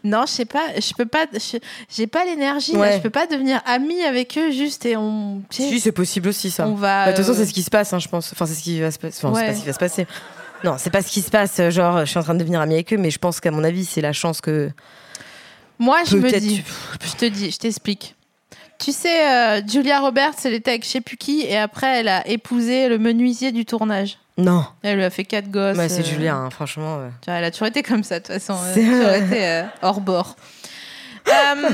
S2: non, je sais pas, je peux pas, je- j'ai pas l'énergie, là,
S3: Ouais.
S2: je peux pas devenir amie avec eux juste et on. tu sais,
S3: Si, c'est possible aussi, ça.
S2: on va.
S3: Bah, de toute façon,
S2: euh,
S3: c'est ce qui se passe, hein, je pense. Enfin, c'est ce qui va se passer. Enfin, c'est
S2: Ouais.
S3: pas ce qui va se passer. Non, c'est pas ce qui se passe. euh, Genre, je suis en train de devenir amie avec eux, mais je pense qu'à mon avis, c'est la chance que.
S2: Moi, je me
S3: Peut-être
S2: dis,
S3: tu-
S2: je te dis, je t'explique. Tu sais, euh, Julia Roberts, elle était avec je sais plus qui, et après, elle a épousé le menuisier du tournage.
S3: Non.
S2: Elle lui a fait quatre gosses.
S3: Ouais, c'est
S2: euh,
S3: Julien, hein, franchement. ouais.
S2: Tu vois, elle a toujours été comme ça, de toute façon. Elle a
S3: C'est
S2: toujours
S3: vrai.
S2: été euh, hors bord. Euh,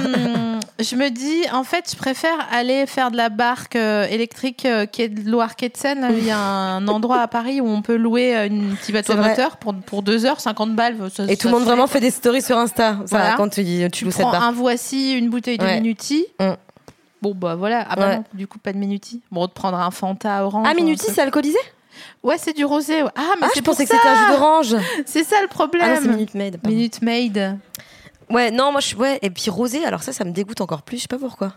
S2: je me dis, en fait, je préfère aller faire de la barque euh, électrique euh, qui est de Loire-Quai-de-Seine. Il y a un endroit à Paris où on peut louer euh, une petite bateau
S3: C'est vrai.
S2: moteur pour, pour 2 heures, 50 balles. ça-
S3: Et
S2: ça
S3: tout le monde
S2: se
S3: vraiment fait des stories sur Insta. Ça,
S2: Voilà.
S3: quand tu dis, tu
S2: tu
S3: loues cette
S2: prends
S3: barre.
S2: un voici, une bouteille de
S3: Ouais.
S2: Minuti.
S3: Mm.
S2: Bon, bah voilà. Ah bah
S3: Ouais.
S2: non, du coup, pas de Minuti. Bon, on te prendra un Fanta orange.
S3: Ah,
S2: ou un
S3: Minuti,
S2: truc.
S3: c'est alcoolisé
S2: Ouais, c'est du rosé. ouais. Ah, mais
S3: Ah,
S2: c'est
S3: je
S2: pour
S3: pensais que
S2: ça.
S3: c'était un jus d'orange.
S2: C'est ça le
S3: Ah non, c'est
S2: problème.
S3: Minute Maid. pardon.
S2: Minute Maid.
S3: Ouais, non, moi, je suis. Ouais, et puis rosé, alors ça, ça me dégoûte encore plus. Je sais pas pourquoi.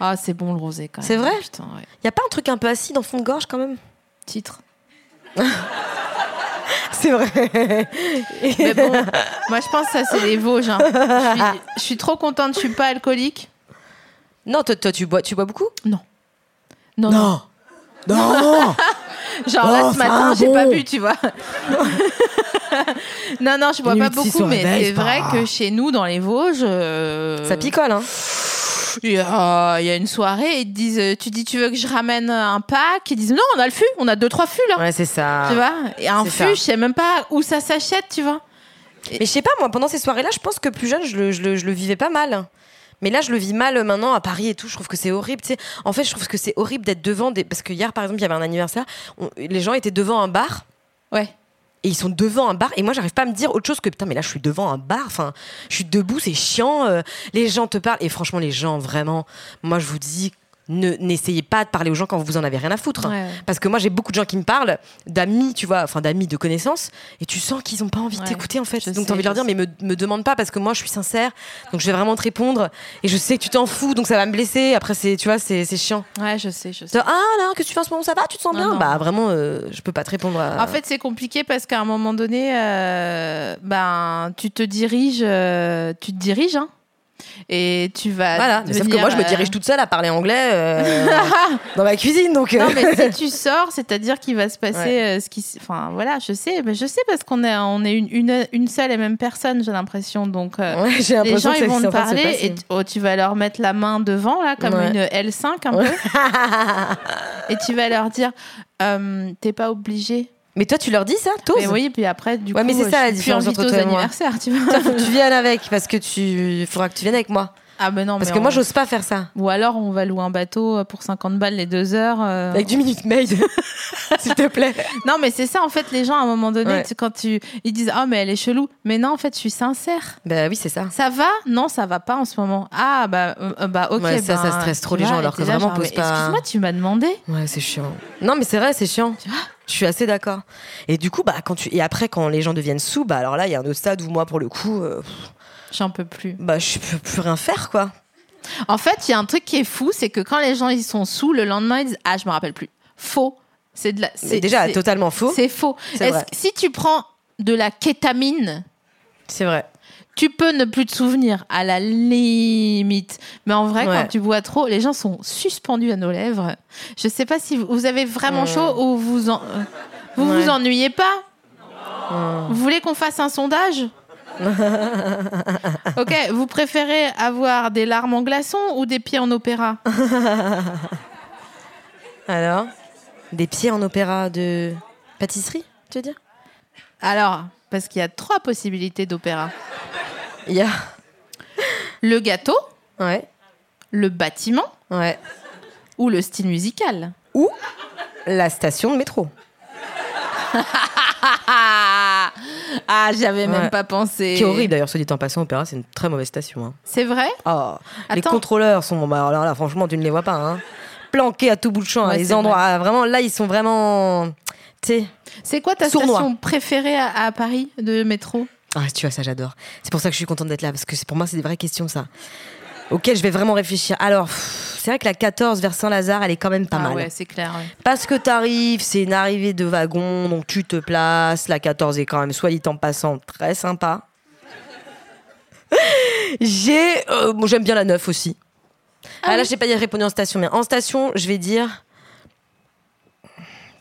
S2: Ah, c'est bon le rosé quand même.
S3: C'est vrai
S2: Putain, ouais.
S3: Y a pas un truc un peu acide en fond de gorge quand même
S2: Titre.
S3: C'est vrai.
S2: Mais bon, moi je pense que ça c'est les Vosges. hein. Je, suis, je suis trop contente, je suis pas alcoolique.
S3: non, toi, toi, tu bois, tu bois beaucoup
S2: Non, non.
S1: Non, non
S2: Genre là
S1: Oh,
S2: ce
S1: ça
S2: matin,
S1: va,
S2: j'ai
S1: bon.
S2: pas bu, tu vois. non, non, je bois pas
S1: Minute six
S2: beaucoup,
S1: au
S2: mais
S1: réveil,
S2: c'est
S1: c'est pas
S2: vrai
S1: grave.
S2: que chez nous, dans les Vosges. euh,
S3: Ça picole, hein
S2: Il y, a, euh, il y a une soirée, ils te disent euh, Tu dis, tu veux que je ramène un pack Ils disent Non, on a le fût, on a deux, trois fûts là.
S3: Ouais, c'est ça.
S2: Tu vois Et un
S3: C'est
S2: fût,
S3: ça.
S2: je sais même pas où ça s'achète, tu vois.
S3: Mais je sais pas, moi, pendant ces soirées-là, je pense que plus jeune, je le, je le- je le vivais pas mal. Mais là, je le vis mal euh, maintenant à Paris et tout. Je trouve que c'est horrible. tu sais. En fait, je trouve que c'est horrible d'être devant des. Parce que hier, par exemple, il y avait un anniversaire. on- Les gens étaient devant un bar.
S2: Ouais.
S3: Et ils sont devant un bar. Et moi, j'arrive pas à me dire autre chose que putain, mais là, je suis devant un bar. Enfin, je suis debout, c'est chiant. euh, les gens te parlent. Et franchement, les gens, vraiment, moi, je vous dis, ne- n'essayez pas de parler aux gens quand vous en avez rien à foutre. hein.
S2: Ouais, ouais.
S3: Parce que moi, j'ai beaucoup de gens qui me parlent, d'amis, tu vois, enfin d'amis, de connaissances, et tu sens qu'ils n'ont pas envie
S2: Ouais,
S3: de t'écouter, en fait.
S2: je
S3: Donc,
S2: sais,
S3: t'as envie de leur
S2: je
S3: dire, mais me, me demande pas, parce que moi, je suis sincère, donc je vais vraiment te répondre, et je sais que tu t'en fous, donc ça va me blesser. Après, c'est, tu vois, c'est, c'est chiant.
S2: Ouais, je sais, je sais.
S3: Tu dis, ah là, que tu fais en ce moment, ça va, tu te sens
S2: Non,
S3: bien
S2: non.
S3: Bah, vraiment, euh, je peux pas te répondre. à-
S2: En fait, c'est compliqué parce qu'à un moment donné, euh, ben, tu te diriges, euh, tu te diriges, hein, et tu vas.
S3: voilà. Mais sauf que
S2: devenir,
S3: moi, je me
S2: euh,
S3: dirige toute seule à parler anglais euh, dans ma cuisine, donc. euh,
S2: Non, mais si tu sors, c'est-à-dire qu'il va se passer euh, ce qui. s- Enfin, voilà, je sais, mais je sais parce qu'on est, on est une, une, une seule et même personne, j'ai l'impression. Donc, euh,
S3: ouais, j'ai
S2: les
S3: l'impression
S2: gens,
S3: que
S2: ils
S3: c'est-
S2: vont
S3: c'est
S2: te
S3: en train de se
S2: parler
S3: passer.
S2: et tu, oh, tu vas leur mettre la main devant, là, comme
S3: Ouais.
S2: une L5 un
S3: Ouais.
S2: peu, et tu vas leur dire euh, T'es pas obligé.
S3: mais toi, tu leur dis ça, tous
S2: Mais Bah oui, puis après, du
S3: Ouais,
S2: coup, euh,
S3: mais c'est ça, la
S2: je suis plus
S3: différence
S2: invitée
S3: entre
S2: aux
S3: toi et moi.
S2: anniversaires, tu vois.
S3: Faut que tu viennes avec, parce que tu. Faudra que tu viennes avec moi.
S2: Ah ben non,
S3: Parce
S2: mais
S3: que
S2: on-
S3: moi, j'ose pas faire ça.
S2: Ou alors on va louer un bateau euh, pour 50 balles les deux heures. euh,
S3: Avec du Minute Maid, s'il te plaît.
S2: Non, mais c'est ça en fait, les gens à un moment donné,
S3: Ouais.
S2: tu- quand tu... ils disent Ah, mais elle est chelou. Mais non, en fait, je suis sincère.
S3: Bah oui, c'est ça.
S2: Ça va Non, ça va pas en ce moment. Ah, bah, euh, euh, bah ok.
S3: Ouais, ça,
S2: ben,
S3: ça stresse trop
S2: tu
S3: les
S2: vois, et
S3: gens, alors que
S2: t'es là,
S3: vraiment,
S2: genre,
S3: pose
S2: mais
S3: pas-
S2: Excuse-moi, tu m'as demandé.
S3: Ouais, c'est chiant. Non, mais c'est vrai, c'est chiant. Je suis assez d'accord. Et du coup, bah, quand tu... et après, quand les gens deviennent sous, bah, alors là, il y a un autre stade où moi, pour le coup, euh,
S2: J'en peux plus.
S3: bah, je peux plus rien faire, quoi.
S2: En fait, il y a un truc qui est fou, c'est que quand les gens ils sont sous, le lendemain ils disent Ah, je me rappelle plus. Faux. C'est de la.
S3: C'est déjà
S2: c'est-
S3: totalement faux.
S2: C'est faux.
S3: C'est
S2: Est-ce
S3: vrai.
S2: que- si tu prends de la kétamine,
S3: C'est vrai.
S2: tu peux ne plus te souvenir à la limite. Mais en vrai,
S3: Ouais.
S2: quand tu bois trop, les gens sont suspendus à nos lèvres. Je sais pas si vous, vous avez vraiment
S3: Mm.
S2: chaud ou vous en- euh, vous,
S3: Ouais. Hmm.
S2: vous ennuyez pas. Vous voulez qu'on fasse un sondage Ok, vous préférez avoir des larmes en glaçon ou des pieds en opéra
S3: Alors Des pieds en opéra de pâtisserie, tu veux dire
S2: Alors, parce qu'il y a trois possibilités d'opéra.
S3: Il y a.
S2: Le gâteau,
S3: Ouais,
S2: le bâtiment
S3: ouais.
S2: ou le style musical.
S3: Ou la station de métro.
S2: Ah, ah j'avais même
S3: Ouais.
S2: pas pensé.
S3: Qui est horrible d'ailleurs, soit dit en passant, opéra, c'est une très mauvaise station. hein.
S2: C'est vrai
S3: Ah, les
S2: Attends.
S3: contrôleurs sont. Bah, alors là, franchement, tu ne les vois pas. Hein. Planqués à tout bout de champ, à
S2: Ouais,
S3: les
S2: c'est
S3: endroits. ah, vraiment, là, ils sont vraiment. Tu sais.
S2: C'est quoi ta
S3: Sournois.
S2: station préférée à, à Paris de métro
S3: Ah, tu vois, ça, j'adore. C'est pour ça que je suis contente d'être là, parce que c'est- pour moi, c'est des vraies questions, ça. Auxquelles je vais vraiment réfléchir. Alors, pff, c'est vrai que la 14 vers Saint-Lazare, elle est quand même pas
S2: Ah
S3: mal.
S2: ouais, c'est clair. ouais.
S3: Parce que t'arrives, c'est une arrivée de wagon, donc tu te places. La 14 est quand même, soit dit en passant, très sympa. J'ai. euh, bon, J'aime bien la 9 aussi. Ah, là, j'ai pas dit répondre en station, mais en station, je vais dire.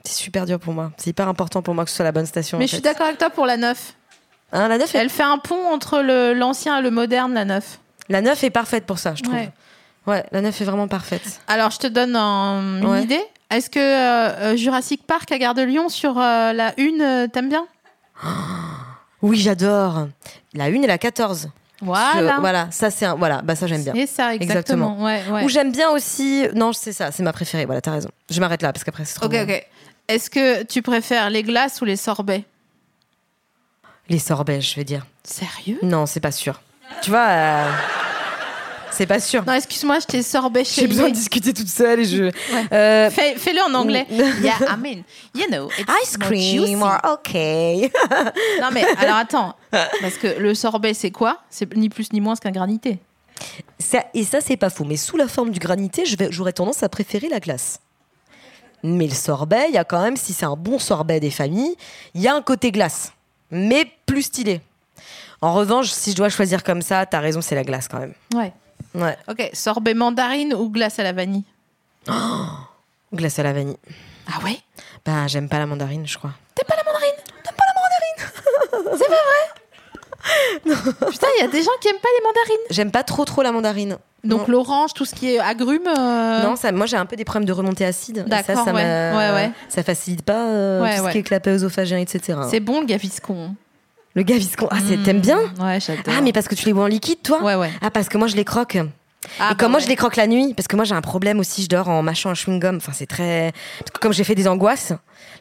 S3: C'est super dur pour moi. C'est hyper important pour moi que ce soit la bonne station.
S2: Mais
S3: en
S2: je suis
S3: fait.
S2: d'accord avec toi pour la 9.
S3: Hein, la 9 est...
S2: Elle fait un pont entre le- l'ancien et le moderne, la 9.
S3: La 9 est parfaite pour ça, je trouve.
S2: Ouais.
S3: Ouais, la 9 est vraiment parfaite.
S2: Alors, je te donne un- une
S3: Ouais.
S2: idée. Est-ce que euh, euh, Jurassic Park à Gare de Lyon sur euh, la 1, euh, t'aimes bien
S3: Oui, j'adore. La 1 et la 14.
S2: Voilà.
S3: Je- voilà, ça c'est un... Voilà, bah ça j'aime bien.
S2: C'est ça, exactement.
S3: Exactement.
S2: Ouais, ouais.
S3: Ou j'aime bien aussi. Non, c'est ça, c'est ma préférée. Voilà, t'as raison. Je m'arrête là parce qu'après c'est trop.
S2: Ok,
S3: long.
S2: ok. Est-ce que tu préfères les glaces ou les sorbets
S3: Les sorbets, je veux dire.
S2: Sérieux
S3: Non, c'est pas sûr. Tu vois, euh, c'est pas sûr.
S2: Non, excuse-moi, je t'ai sorbet chez
S3: J'ai besoin de discuter toute seule et je. Euh,
S2: Fais- Fais-le en anglais.
S3: Mm.
S2: yeah, I mean, you know, it's
S3: Ice
S2: more juicy.
S3: cream, or okay.
S2: Non mais alors attends, parce que le sorbet c'est quoi C'est ni plus ni moins qu'un granité.
S3: Ça- et ça, c'est pas faux. Mais sous la forme du granité, je vais- j'aurais tendance à préférer la glace. Mais le sorbet, il y a quand même, si c'est un bon sorbet des familles, il y a un côté glace, mais plus stylé. En revanche, si je dois choisir comme ça, t'as raison, c'est la glace quand même.
S2: Ouais.
S3: Ouais.
S2: Ok, sorbet mandarine ou glace à la vanille
S3: Glace à la vanille.
S2: Ah ouais
S3: Bah, j'aime pas la mandarine, je crois.
S2: Putain, il y a des gens qui aiment pas les mandarines.
S3: J'aime pas trop trop la mandarine.
S2: Donc l'orange, tout ce qui est agrumes. euh,
S3: non, ça, moi j'ai un peu des problèmes de remontée acide. Et
S2: D'accord,
S3: ça, ça, me-
S2: ouais. Ouais, ouais.
S3: ça facilite pas euh,
S2: Ouais,
S3: tout
S2: ouais.
S3: ce qui est clapet œsophagien, etc.
S2: C'est bon le gaviscon.
S3: Le gaviscon. Ah, c'est- t'aimes bien
S2: Ouais, j'adore.
S3: Ah, mais parce que tu les bois en liquide, toi
S2: Ouais, ouais.
S3: Ah, parce que moi je les croque.
S2: Ah,
S3: Et comme
S2: bah
S3: moi
S2: ouais.
S3: je les croque la nuit, parce que moi j'ai un problème aussi, je dors en mâchant un chewing-gum. Enfin, c'est très. Parce que comme j'ai fait des angoisses,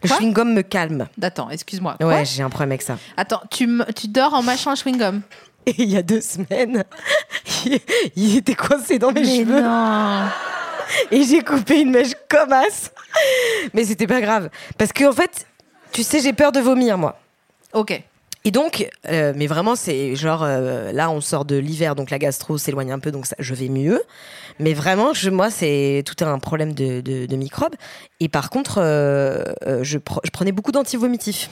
S3: le
S2: Quoi
S3: chewing-gum me calme.
S2: Attends, excuse-moi.
S3: Ouais,
S2: Quoi
S3: j'ai un problème avec ça.
S2: Attends, tu, me- tu dors en mâchant un chewing-gum.
S3: Et il y a deux semaines, il- il était coincé dans mes cheveux.
S2: non.
S3: et j'ai coupé une mèche comme as. Mais c'était pas grave. Parce que, en fait, tu sais, j'ai peur de vomir, moi.
S2: Ok.
S3: Et donc, euh, mais vraiment, c'est genre, euh, là, on sort de l'hiver, donc la gastro s'éloigne un peu, donc ça, je vais mieux. Mais vraiment, je, moi, c'est tout un problème de, de- de microbes. Et par contre, euh, euh, je, pre- je prenais beaucoup d'antivomitifs.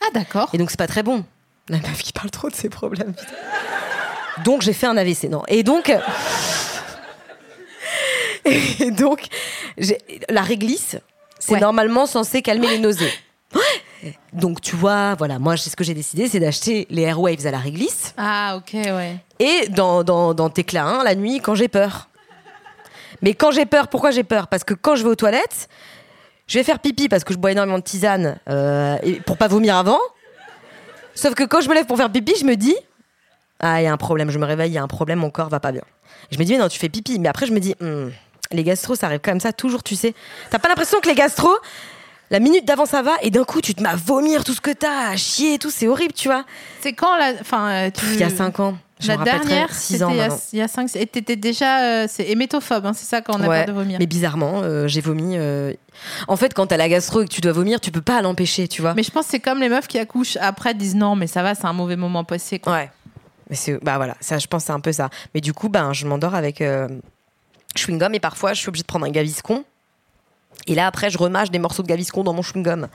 S2: Ah d'accord.
S3: Et donc, c'est pas très bon. La meuf qui parle trop de ses problèmes. putain. Donc, j'ai fait un AVC, non. Et donc. Et donc, j'ai- la réglisse, c'est
S2: Ouais.
S3: normalement censé calmer les nausées. Donc, tu vois, voilà, moi, c'est ce que j'ai décidé, c'est d'acheter les Airwaves à la réglisse
S2: Ah ok, ouais.
S3: et dans, dans, dans tes clarins la nuit quand j'ai peur. Mais quand j'ai peur, pourquoi j'ai peur Parce que quand je vais aux toilettes, je vais faire pipi parce que je bois énormément de tisane euh, et pour pas vomir avant. Sauf que quand je me lève pour faire pipi, je me dis Ah, il y a un problème, je me réveille, il y a un problème, mon corps va pas bien. Je me dis, mais non, tu fais pipi. Mais après, je me dis, hmm, les gastro, ça arrive comme ça, toujours, tu sais. T'as pas l'impression que les gastro, la minute d'avant, ça va, et d'un coup, tu te mets à vomir tout ce que t'as, à chier et tout, c'est horrible, tu vois.
S2: C'est quand la. Enfin, euh, tu-
S3: Pff, Il y a 5 ans. je
S2: La
S3: m'en rappellerai,
S2: dernière,
S3: six
S2: c'était
S3: ans
S2: il y a-
S3: maintenant.
S2: il y a 5 Et t'étais déjà. euh, c'est hémétophobe, hein, c'est ça quand on a
S3: Ouais,
S2: peur de vomir.
S3: Mais
S2: Mais,
S3: bizarrement, euh, j'ai vomi. euh, En fait, quand t'as la gastro et que tu dois vomir, tu peux pas l'empêcher, tu vois.
S2: je pense que c'est comme les meufs qui accouchent après disent non, mais ça va, c'est un mauvais moment passé. Quoi.
S3: Ouais. Mais c'est bah voilà, ça je pense c'est un peu ça. Mais du coup, ben je m'endors avec euh, chewing gum et parfois je suis obligée de prendre un gaviscon. Et là après je remâche des morceaux de gaviscon dans mon chewing gum.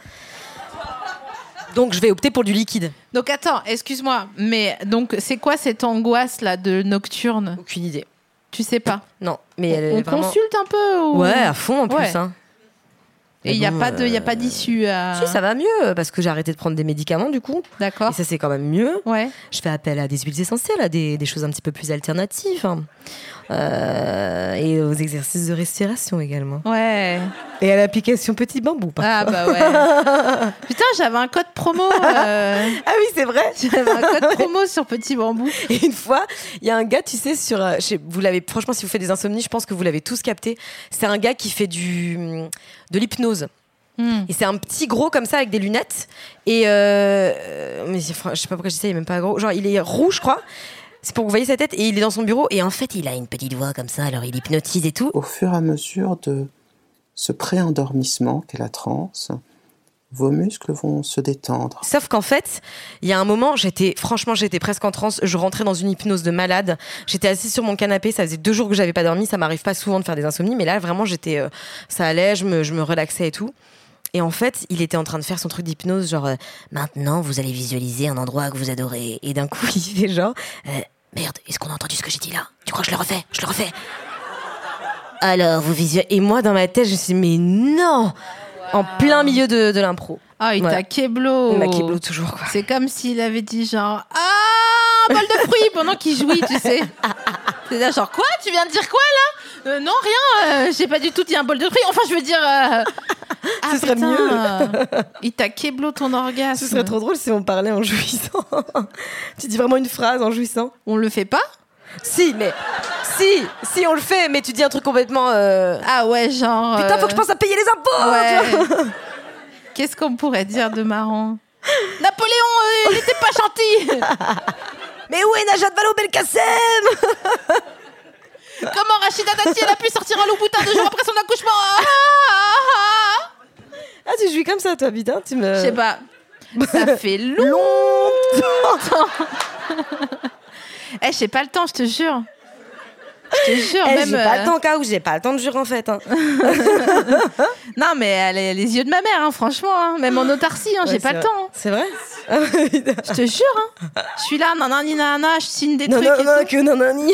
S3: Donc je vais opter pour du liquide.
S2: Donc attends, excuse-moi, mais donc c'est quoi cette angoisse là de nocturne
S3: Aucune idée.
S2: Tu sais pas.
S3: Non, mais elle est
S2: on
S3: vraiment-
S2: consulte un peu ou-
S3: Ouais, à fond en plus
S2: Ouais.
S3: hein.
S2: Et il n'y a
S3: bon,
S2: pas de, y a
S3: euh,
S2: pas Oh. d'issue à.
S3: Si ça va mieux parce que j'ai arrêté de prendre des médicaments du coup.
S2: D'accord.
S3: Et ça c'est quand même mieux.
S2: Ouais.
S3: Je fais appel à des huiles essentielles, à des, des choses un petit peu plus alternatives. hein. Euh, et aux exercices de respiration également.
S2: Ouais.
S3: Et à l'application Petit Bambou. par-
S2: Ah bah ouais. Putain, j'avais un code promo. euh,
S3: Ah oui, c'est vrai.
S2: j'avais un code promo sur Petit Bambou.
S3: Et une fois, il y a un gars, tu sais, sur, euh, je sais- vous l'avez, franchement, si vous faites des insomnies, je pense que vous l'avez tous capté. C'est un gars qui fait du, de l'hypnose.
S2: Hmm.
S3: Et c'est un petit gros comme ça avec des lunettes. Et euh, mais c'est- je sais pas pourquoi je dis ça, il est même pas gros. Genre, il est rouge, je crois. C'est pour que vous voyez sa tête. Et il est dans son bureau. Et en fait, il a une petite voix comme ça. Alors, il hypnotise et tout.
S4: au fur et à mesure de ce pré-endormissement qu'est la transe, vos muscles vont se détendre.
S3: Sauf qu'en fait, il y a un moment, j'étais franchement, j'étais presque en transe. Je rentrais dans une hypnose de malade. J'étais assise sur mon canapé. Ça faisait deux jours que j'avais pas dormi. Ça m'arrive pas souvent de faire des insomnies, mais là vraiment, j'étais, euh, ça allait. Je me, je me relaxais et tout. Et en fait, il était en train de faire son truc d'hypnose, genre euh, maintenant vous allez visualiser un endroit que vous adorez. Et d'un coup, il fait genre euh, merde, est-ce qu'on a entendu ce que j'ai dit là Tu crois que je le refais Je le refais. Alors vous visualisez. Et moi, dans ma tête, je me suis dit, mais non, en plein milieu de, de l'impro.
S2: Ah, il
S3: Ouais.
S2: t'a keblo.
S3: Il m'a keblo toujours quoi.
S2: C'est comme s'il avait dit genre ah un bol de fruits pendant qu'il jouit, tu sais. C'est là genre quoi Tu viens de dire quoi là Euh, Non rien, euh, j'ai pas du tout dit un bol de fruits. Enfin je veux dire. euh, ah,
S3: Ce serait
S2: mieux. il t'a keblo ton orgasme.
S3: Ce serait trop drôle si on parlait en jouissant. tu dis vraiment une phrase en jouissant
S2: On le fait pas
S3: Si, mais. Si, si, on le fait, mais tu dis un truc complètement. euh,
S2: Ah ouais genre.
S3: Putain, faut
S2: euh,
S3: que je pense à payer les impôts tu vois.
S2: Ouais. Qu'est-ce qu'on pourrait dire de marrant Napoléon, euh, il était pas gentil.
S3: Mais où est Najat Valo Belkacem
S2: Comment Rachida Dati elle a pu sortir un loup boutin deux jours après son accouchement Ah, ah, ah.
S3: Ah, tu jouis comme ça, toi, putain, tu me.
S2: Je sais pas. Ça fait long. Eh, j'ai pas le temps, je te jure. Je te jure,
S3: Eh,
S2: même.
S3: j'ai pas
S2: euh,
S3: le temps, cas où j'ai pas le temps de jurer en fait. hein.
S2: euh, Non, mais elle a les yeux de ma mère, hein, franchement. hein. Même en autarcie, hein, j'ai
S3: Ouais,
S2: pas
S3: c'est
S2: le
S3: vrai.
S2: temps. hein.
S3: C'est vrai Ah, putain.
S2: Je te jure. hein. Je suis là, nan, nan, ni, nan, nan, je signe des
S3: Non,
S2: trucs.
S3: non,
S2: et
S3: non,
S2: tout.
S3: que non, non, ni.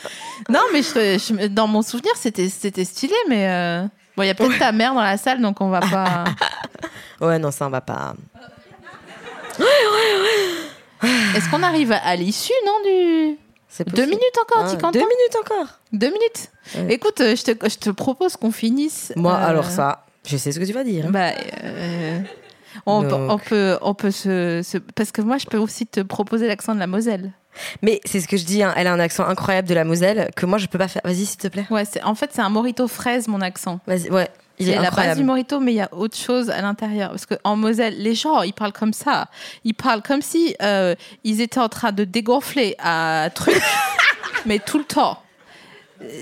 S2: Non, mais je- je- dans mon souvenir, c'était c'était stylé, mais. euh, Bon, il y a peut-être ta mère dans la salle, donc on va pas.
S3: Ouais, non, ça, on va pas.
S2: Est-ce qu'on arrive à l'issue, non du...
S3: C'est
S2: Deux
S3: possible.
S2: minutes encore,
S3: Ah,
S2: tu comptes
S3: Deux
S2: pas
S3: minutes encore.
S2: Deux minutes.
S3: Ouais.
S2: Écoute, euh, je te, je te propose qu'on finisse.
S3: Moi,
S2: euh,
S3: alors ça, je sais ce que tu vas dire.
S2: Bah, euh, on,
S3: Donc.
S2: on peut, on peut se, se- parce que moi, je peux aussi te proposer l'accent de la Moselle.
S3: Mais c'est ce que je dis, hein, elle a un accent incroyable de la Moselle que moi je peux pas faire. Vas-y s'il te plaît.
S2: Ouais, c'est, en fait, c'est un morito fraise, mon accent.
S3: Vas-y, ouais, il
S2: C'est
S3: est
S2: la base du
S3: incroyable.
S2: morito, mais il y a autre chose à l'intérieur. Parce qu'en Moselle, les gens, ils parlent comme ça. Ils parlent comme si euh, ils étaient en train de dégonfler à truc, mais tout le temps.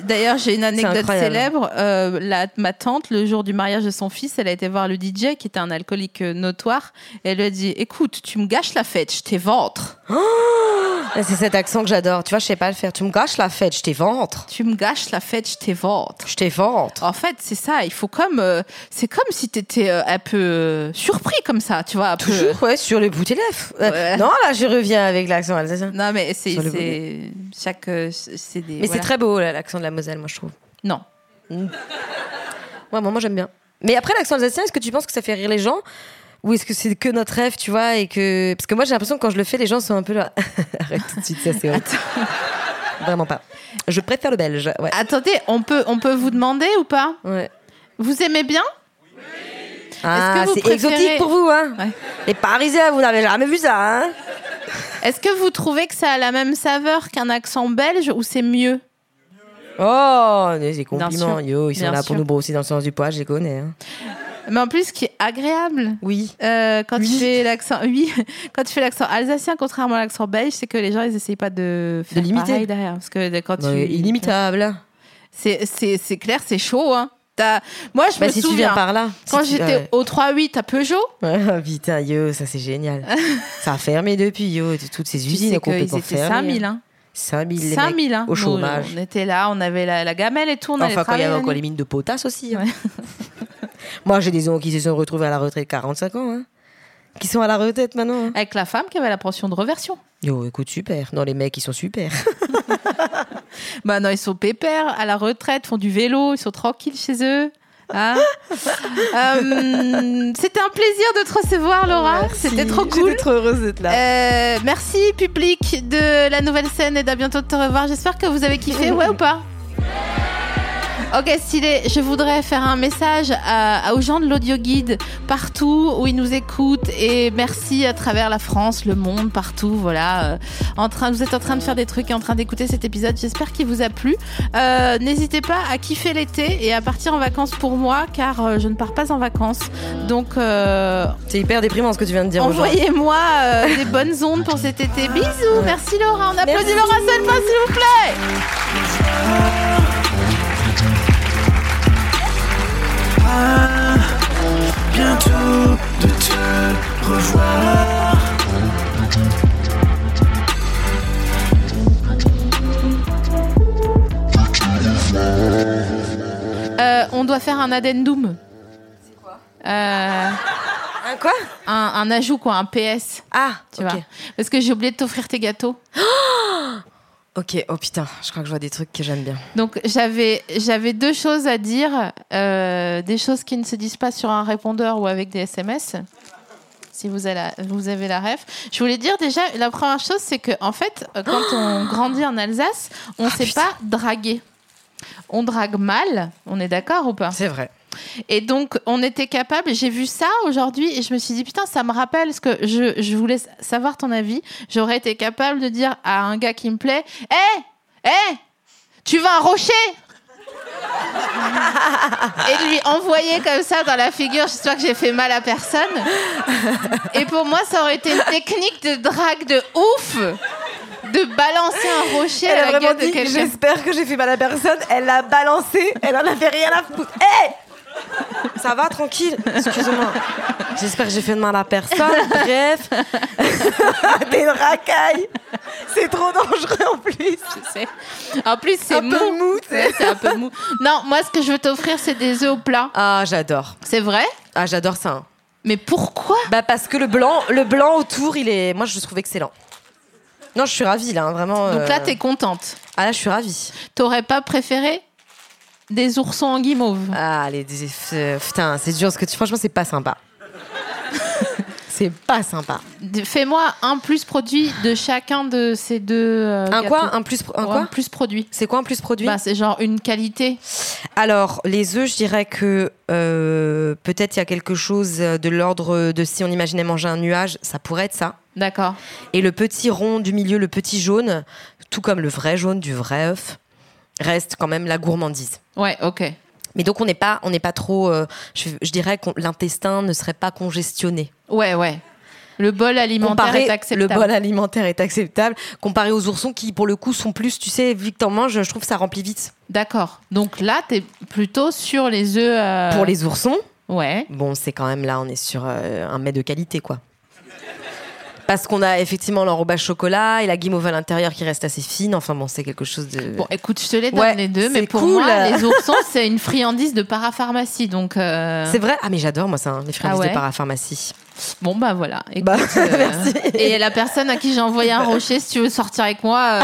S2: D'ailleurs, j'ai une anecdote
S3: incroyable.
S2: célèbre. Euh, la- ma tante, le jour du mariage de son fils, elle a été voir le DJ, qui était un alcoolique euh, notoire. Et elle lui a dit Écoute, tu me gâches la fête, je t'ai ventre.
S3: Ah, C'est cet accent que j'adore. Tu vois, je sais pas le faire. Tu me gâches la fête, je t'ai ventre.
S2: Tu me gâches la fête, je t'évente.
S3: Je t'ai ventre.
S2: En fait, c'est ça. Il faut comme, euh, c'est comme si t'étais euh, un peu euh, surpris comme ça, tu vois. Un peu,
S3: Toujours, ouais, sur le bout des lèvres. Euh,
S2: Ouais.
S3: Non, là, je reviens avec l'accent alsacien.
S2: Non, mais c'est
S3: Sur le
S2: c'est- chaque, euh, c'est des.
S3: Mais
S2: voilà.
S3: c'est très beau, là, l'accent de la Moselle, moi, je trouve.
S2: Non.
S3: Ouais, moi, moi j'aime bien. Mais après, l'accent alsacien, est-ce que tu penses que ça fait rire les gens Ou est-ce que c'est que notre rêve, tu vois et que... Parce que moi, j'ai l'impression que quand je le fais, les gens sont un peu là. Arrête tout de suite, ça, c'est horrible. Vraiment pas. Je préfère le belge. Ouais.
S2: Attendez, on peut, on peut vous demander ou pas
S3: ouais.
S2: Vous aimez bien
S3: Ah,
S2: que vous
S3: c'est
S2: préférez-
S3: exotique pour vous, hein
S2: Ouais.
S3: Les Parisiens, vous n'avez jamais vu ça, hein
S2: Est-ce que vous trouvez que ça a la même saveur qu'un accent belge ou c'est mieux
S3: Oh, des
S2: Bien
S3: compliments,
S2: sûr.
S3: yo, ils sont
S2: Bien
S3: là
S2: sûr.
S3: pour nous brosser dans le sens du poids, je les connais. hein.
S2: Mais en plus, ce qui est agréable
S3: Oui.
S2: euh, quand tu
S3: Oui.
S2: fais l'accent, oui, quand tu fais l'accent alsacien, contrairement à l'accent belge, c'est que les gens ils essayent pas de faire
S3: l'imiter.
S2: pareil derrière, parce que quand
S3: Bah,
S2: tu
S3: Inimitable.
S2: c'est c'est c'est clair, c'est chaud. Hein. T'as- Moi, je
S3: Bah,
S2: me
S3: si tu
S2: souviens
S3: viens par là. si
S2: quand
S3: tu-
S2: j'étais
S3: ouais.
S2: au 3-8 à Peugeot.
S3: Ouais, Ah, putain, yo, ça c'est génial. ça a fermé depuis, yo, toutes ces
S2: Tu
S3: usines
S2: sais
S3: ont
S2: qu'ils
S3: complètement
S2: étaient
S3: fermées.
S2: 5000. Hein.
S3: 5000 les mecs,
S2: 5000. Hein.
S3: au
S2: Nous,
S3: chômage.
S2: on était là, on avait la, la gamelle et tout. On allait
S3: Enfin, quand il y avait
S2: travailler
S3: encore
S2: la
S3: les mines de potasse aussi. hein.
S2: Ouais.
S3: Moi, j'ai des oncles qui se sont retrouvés à la retraite 45 ans, hein, qui sont à la retraite maintenant. hein.
S2: nuit. Avec la femme qui avait la pension de reversion.
S3: Yo, écoute, super. Non, les mecs, ils sont super.
S2: Bah non, ils sont pépères, à la retraite, font du vélo, ils sont tranquilles chez eux. Hein Euh, C'était un plaisir de te recevoir, Laura. C'était trop cool.
S3: trop heureuse d'être là.
S2: Euh, merci public de la nouvelle scène et d'à bientôt de te revoir. J'espère que vous avez kiffé, ouais ou pas Ok, stylé. Je voudrais faire un message à- à- aux gens de l'audio guide partout où ils nous écoutent et merci à travers la France, le monde, partout. Voilà, Euh, en train, vous êtes en train de faire des trucs et en train d'écouter cet épisode. J'espère qu'il vous a plu. Euh, N'hésitez pas à kiffer l'été et à partir en vacances pour moi, car euh, je ne pars pas en vacances. Donc euh,
S3: C'est hyper déprimant ce que tu viens de dire aujourd'hui.
S2: Envoyez-moi euh, des bonnes ondes pour cet été. Bisous. Merci Laura. On applaudit
S3: Merci.
S2: Laura Solpa, s'il vous plaît.
S5: Ah, bientôt de te revoir.
S2: Euh, on doit faire un addendum. C'est quoi
S3: Un quoi
S2: un, un ajout, quoi, un PS.
S3: Ah,
S2: Tu
S3: ok.
S2: vois Parce que j'ai oublié de t'offrir tes gâteaux.
S3: Ok, oh putain, je crois que je vois des trucs que j'aime bien.
S2: Donc j'avais j'avais deux choses à dire, euh, des choses qui ne se disent pas sur un répondeur ou avec des SMS. Si vous avez la, vous avez la ref. Je voulais dire déjà la première chose c'est que en fait euh, quand on grandit en Alsace, on ne sait
S3: Ah, putain.
S2: pas draguer. On drague mal, on est d'accord ou pas
S3: C'est vrai.
S2: et donc, on était capable. J'ai vu ça aujourd'hui et je me suis dit, putain, ça me rappelle ce que je, je voulais savoir ton avis. J'aurais été capable de dire à un gars qui me plaît, hé, hé, tu vas un rocher Et de lui envoyer comme ça dans la figure, j'espère que j'ai fait mal à personne. Et pour moi, ça aurait été une technique de drague de ouf de balancer un rocher à la gueule de quelqu'un.
S3: J'espère que j'ai fait mal à personne. Elle l'a balancé. Elle en a fait rien à foutre. Hé Ça va, tranquille Excuse-moi. J'espère que j'ai fait de mal à personne. Bref. T'es une racaille. C'est trop dangereux en plus.
S2: C'est- En plus, c'est
S3: Un peu
S2: mou.
S3: mou, tu sais.
S2: Ouais, c'est un peu mou. Non, moi, ce que je veux t'offrir, c'est des œufs au plat.
S3: Ah, j'adore.
S2: C'est vrai
S3: Ah, j'adore ça. hein.
S2: Mais pourquoi
S3: Bah, parce que le blanc, le blanc autour, il est. Moi, je le trouve excellent. Non, je suis ravie là, hein, vraiment.
S2: Donc là,
S3: euh,
S2: t'es contente.
S3: Ah, là, je suis ravie.
S2: T'aurais pas préféré des oursons en guimauve
S3: Ah, les dés- euh, putain, c'est dur ce que tu. Franchement, c'est pas sympa. c'est pas sympa.
S2: D- Fais-moi un plus produit de chacun de ces deux. euh,
S3: Un
S2: gâteaux.
S3: quoi Un plus pro- un
S2: Ouais,
S3: quoi
S2: plus produit.
S3: C'est quoi un plus produit
S2: Bah, c'est genre une qualité.
S3: Alors, les œufs, je dirais que euh, peut-être il y a quelque chose de l'ordre de si on imaginait manger un nuage, ça pourrait être ça.
S2: D'accord.
S3: Et le petit rond du milieu, le petit jaune, tout comme le vrai jaune du vrai œuf, reste quand même la gourmandise.
S2: Ouais, ok.
S3: Mais donc on n'est pas, on n'est pas trop. euh, je, je dirais que l'intestin ne serait pas congestionné.
S2: Ouais, ouais. Le bol alimentaire est
S3: le
S2: acceptable.
S3: bol alimentaire est acceptable comparé aux oursons qui pour le coup sont plus tu sais vu que t'en manges je trouve que ça remplit vite
S2: D'accord. Donc là, t'es plutôt sur les œufs. euh,
S3: pour les oursons
S2: Ouais.
S3: bon c'est quand même là on est sur euh, un mets de qualité quoi parce qu'on a effectivement l'enrobage chocolat et la guimauve à l'intérieur qui reste assez fine enfin bon c'est quelque chose de
S2: Bon, écoute, je te les donne
S3: Ouais,
S2: les deux,
S3: c'est
S2: mais pour
S3: cool.
S2: moi, les oursons, c'est une friandise de parapharmacie. Donc, euh,
S3: c'est vrai ah mais j'adore moi ça hein, les friandises
S2: Ah ouais
S3: de parapharmacie
S2: bon, bah voilà. Écoute,
S3: Bah,
S2: euh,
S3: merci.
S2: Et la personne à qui j'ai envoyé un rocher, si tu veux sortir avec moi. euh.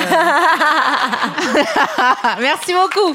S2: Merci beaucoup.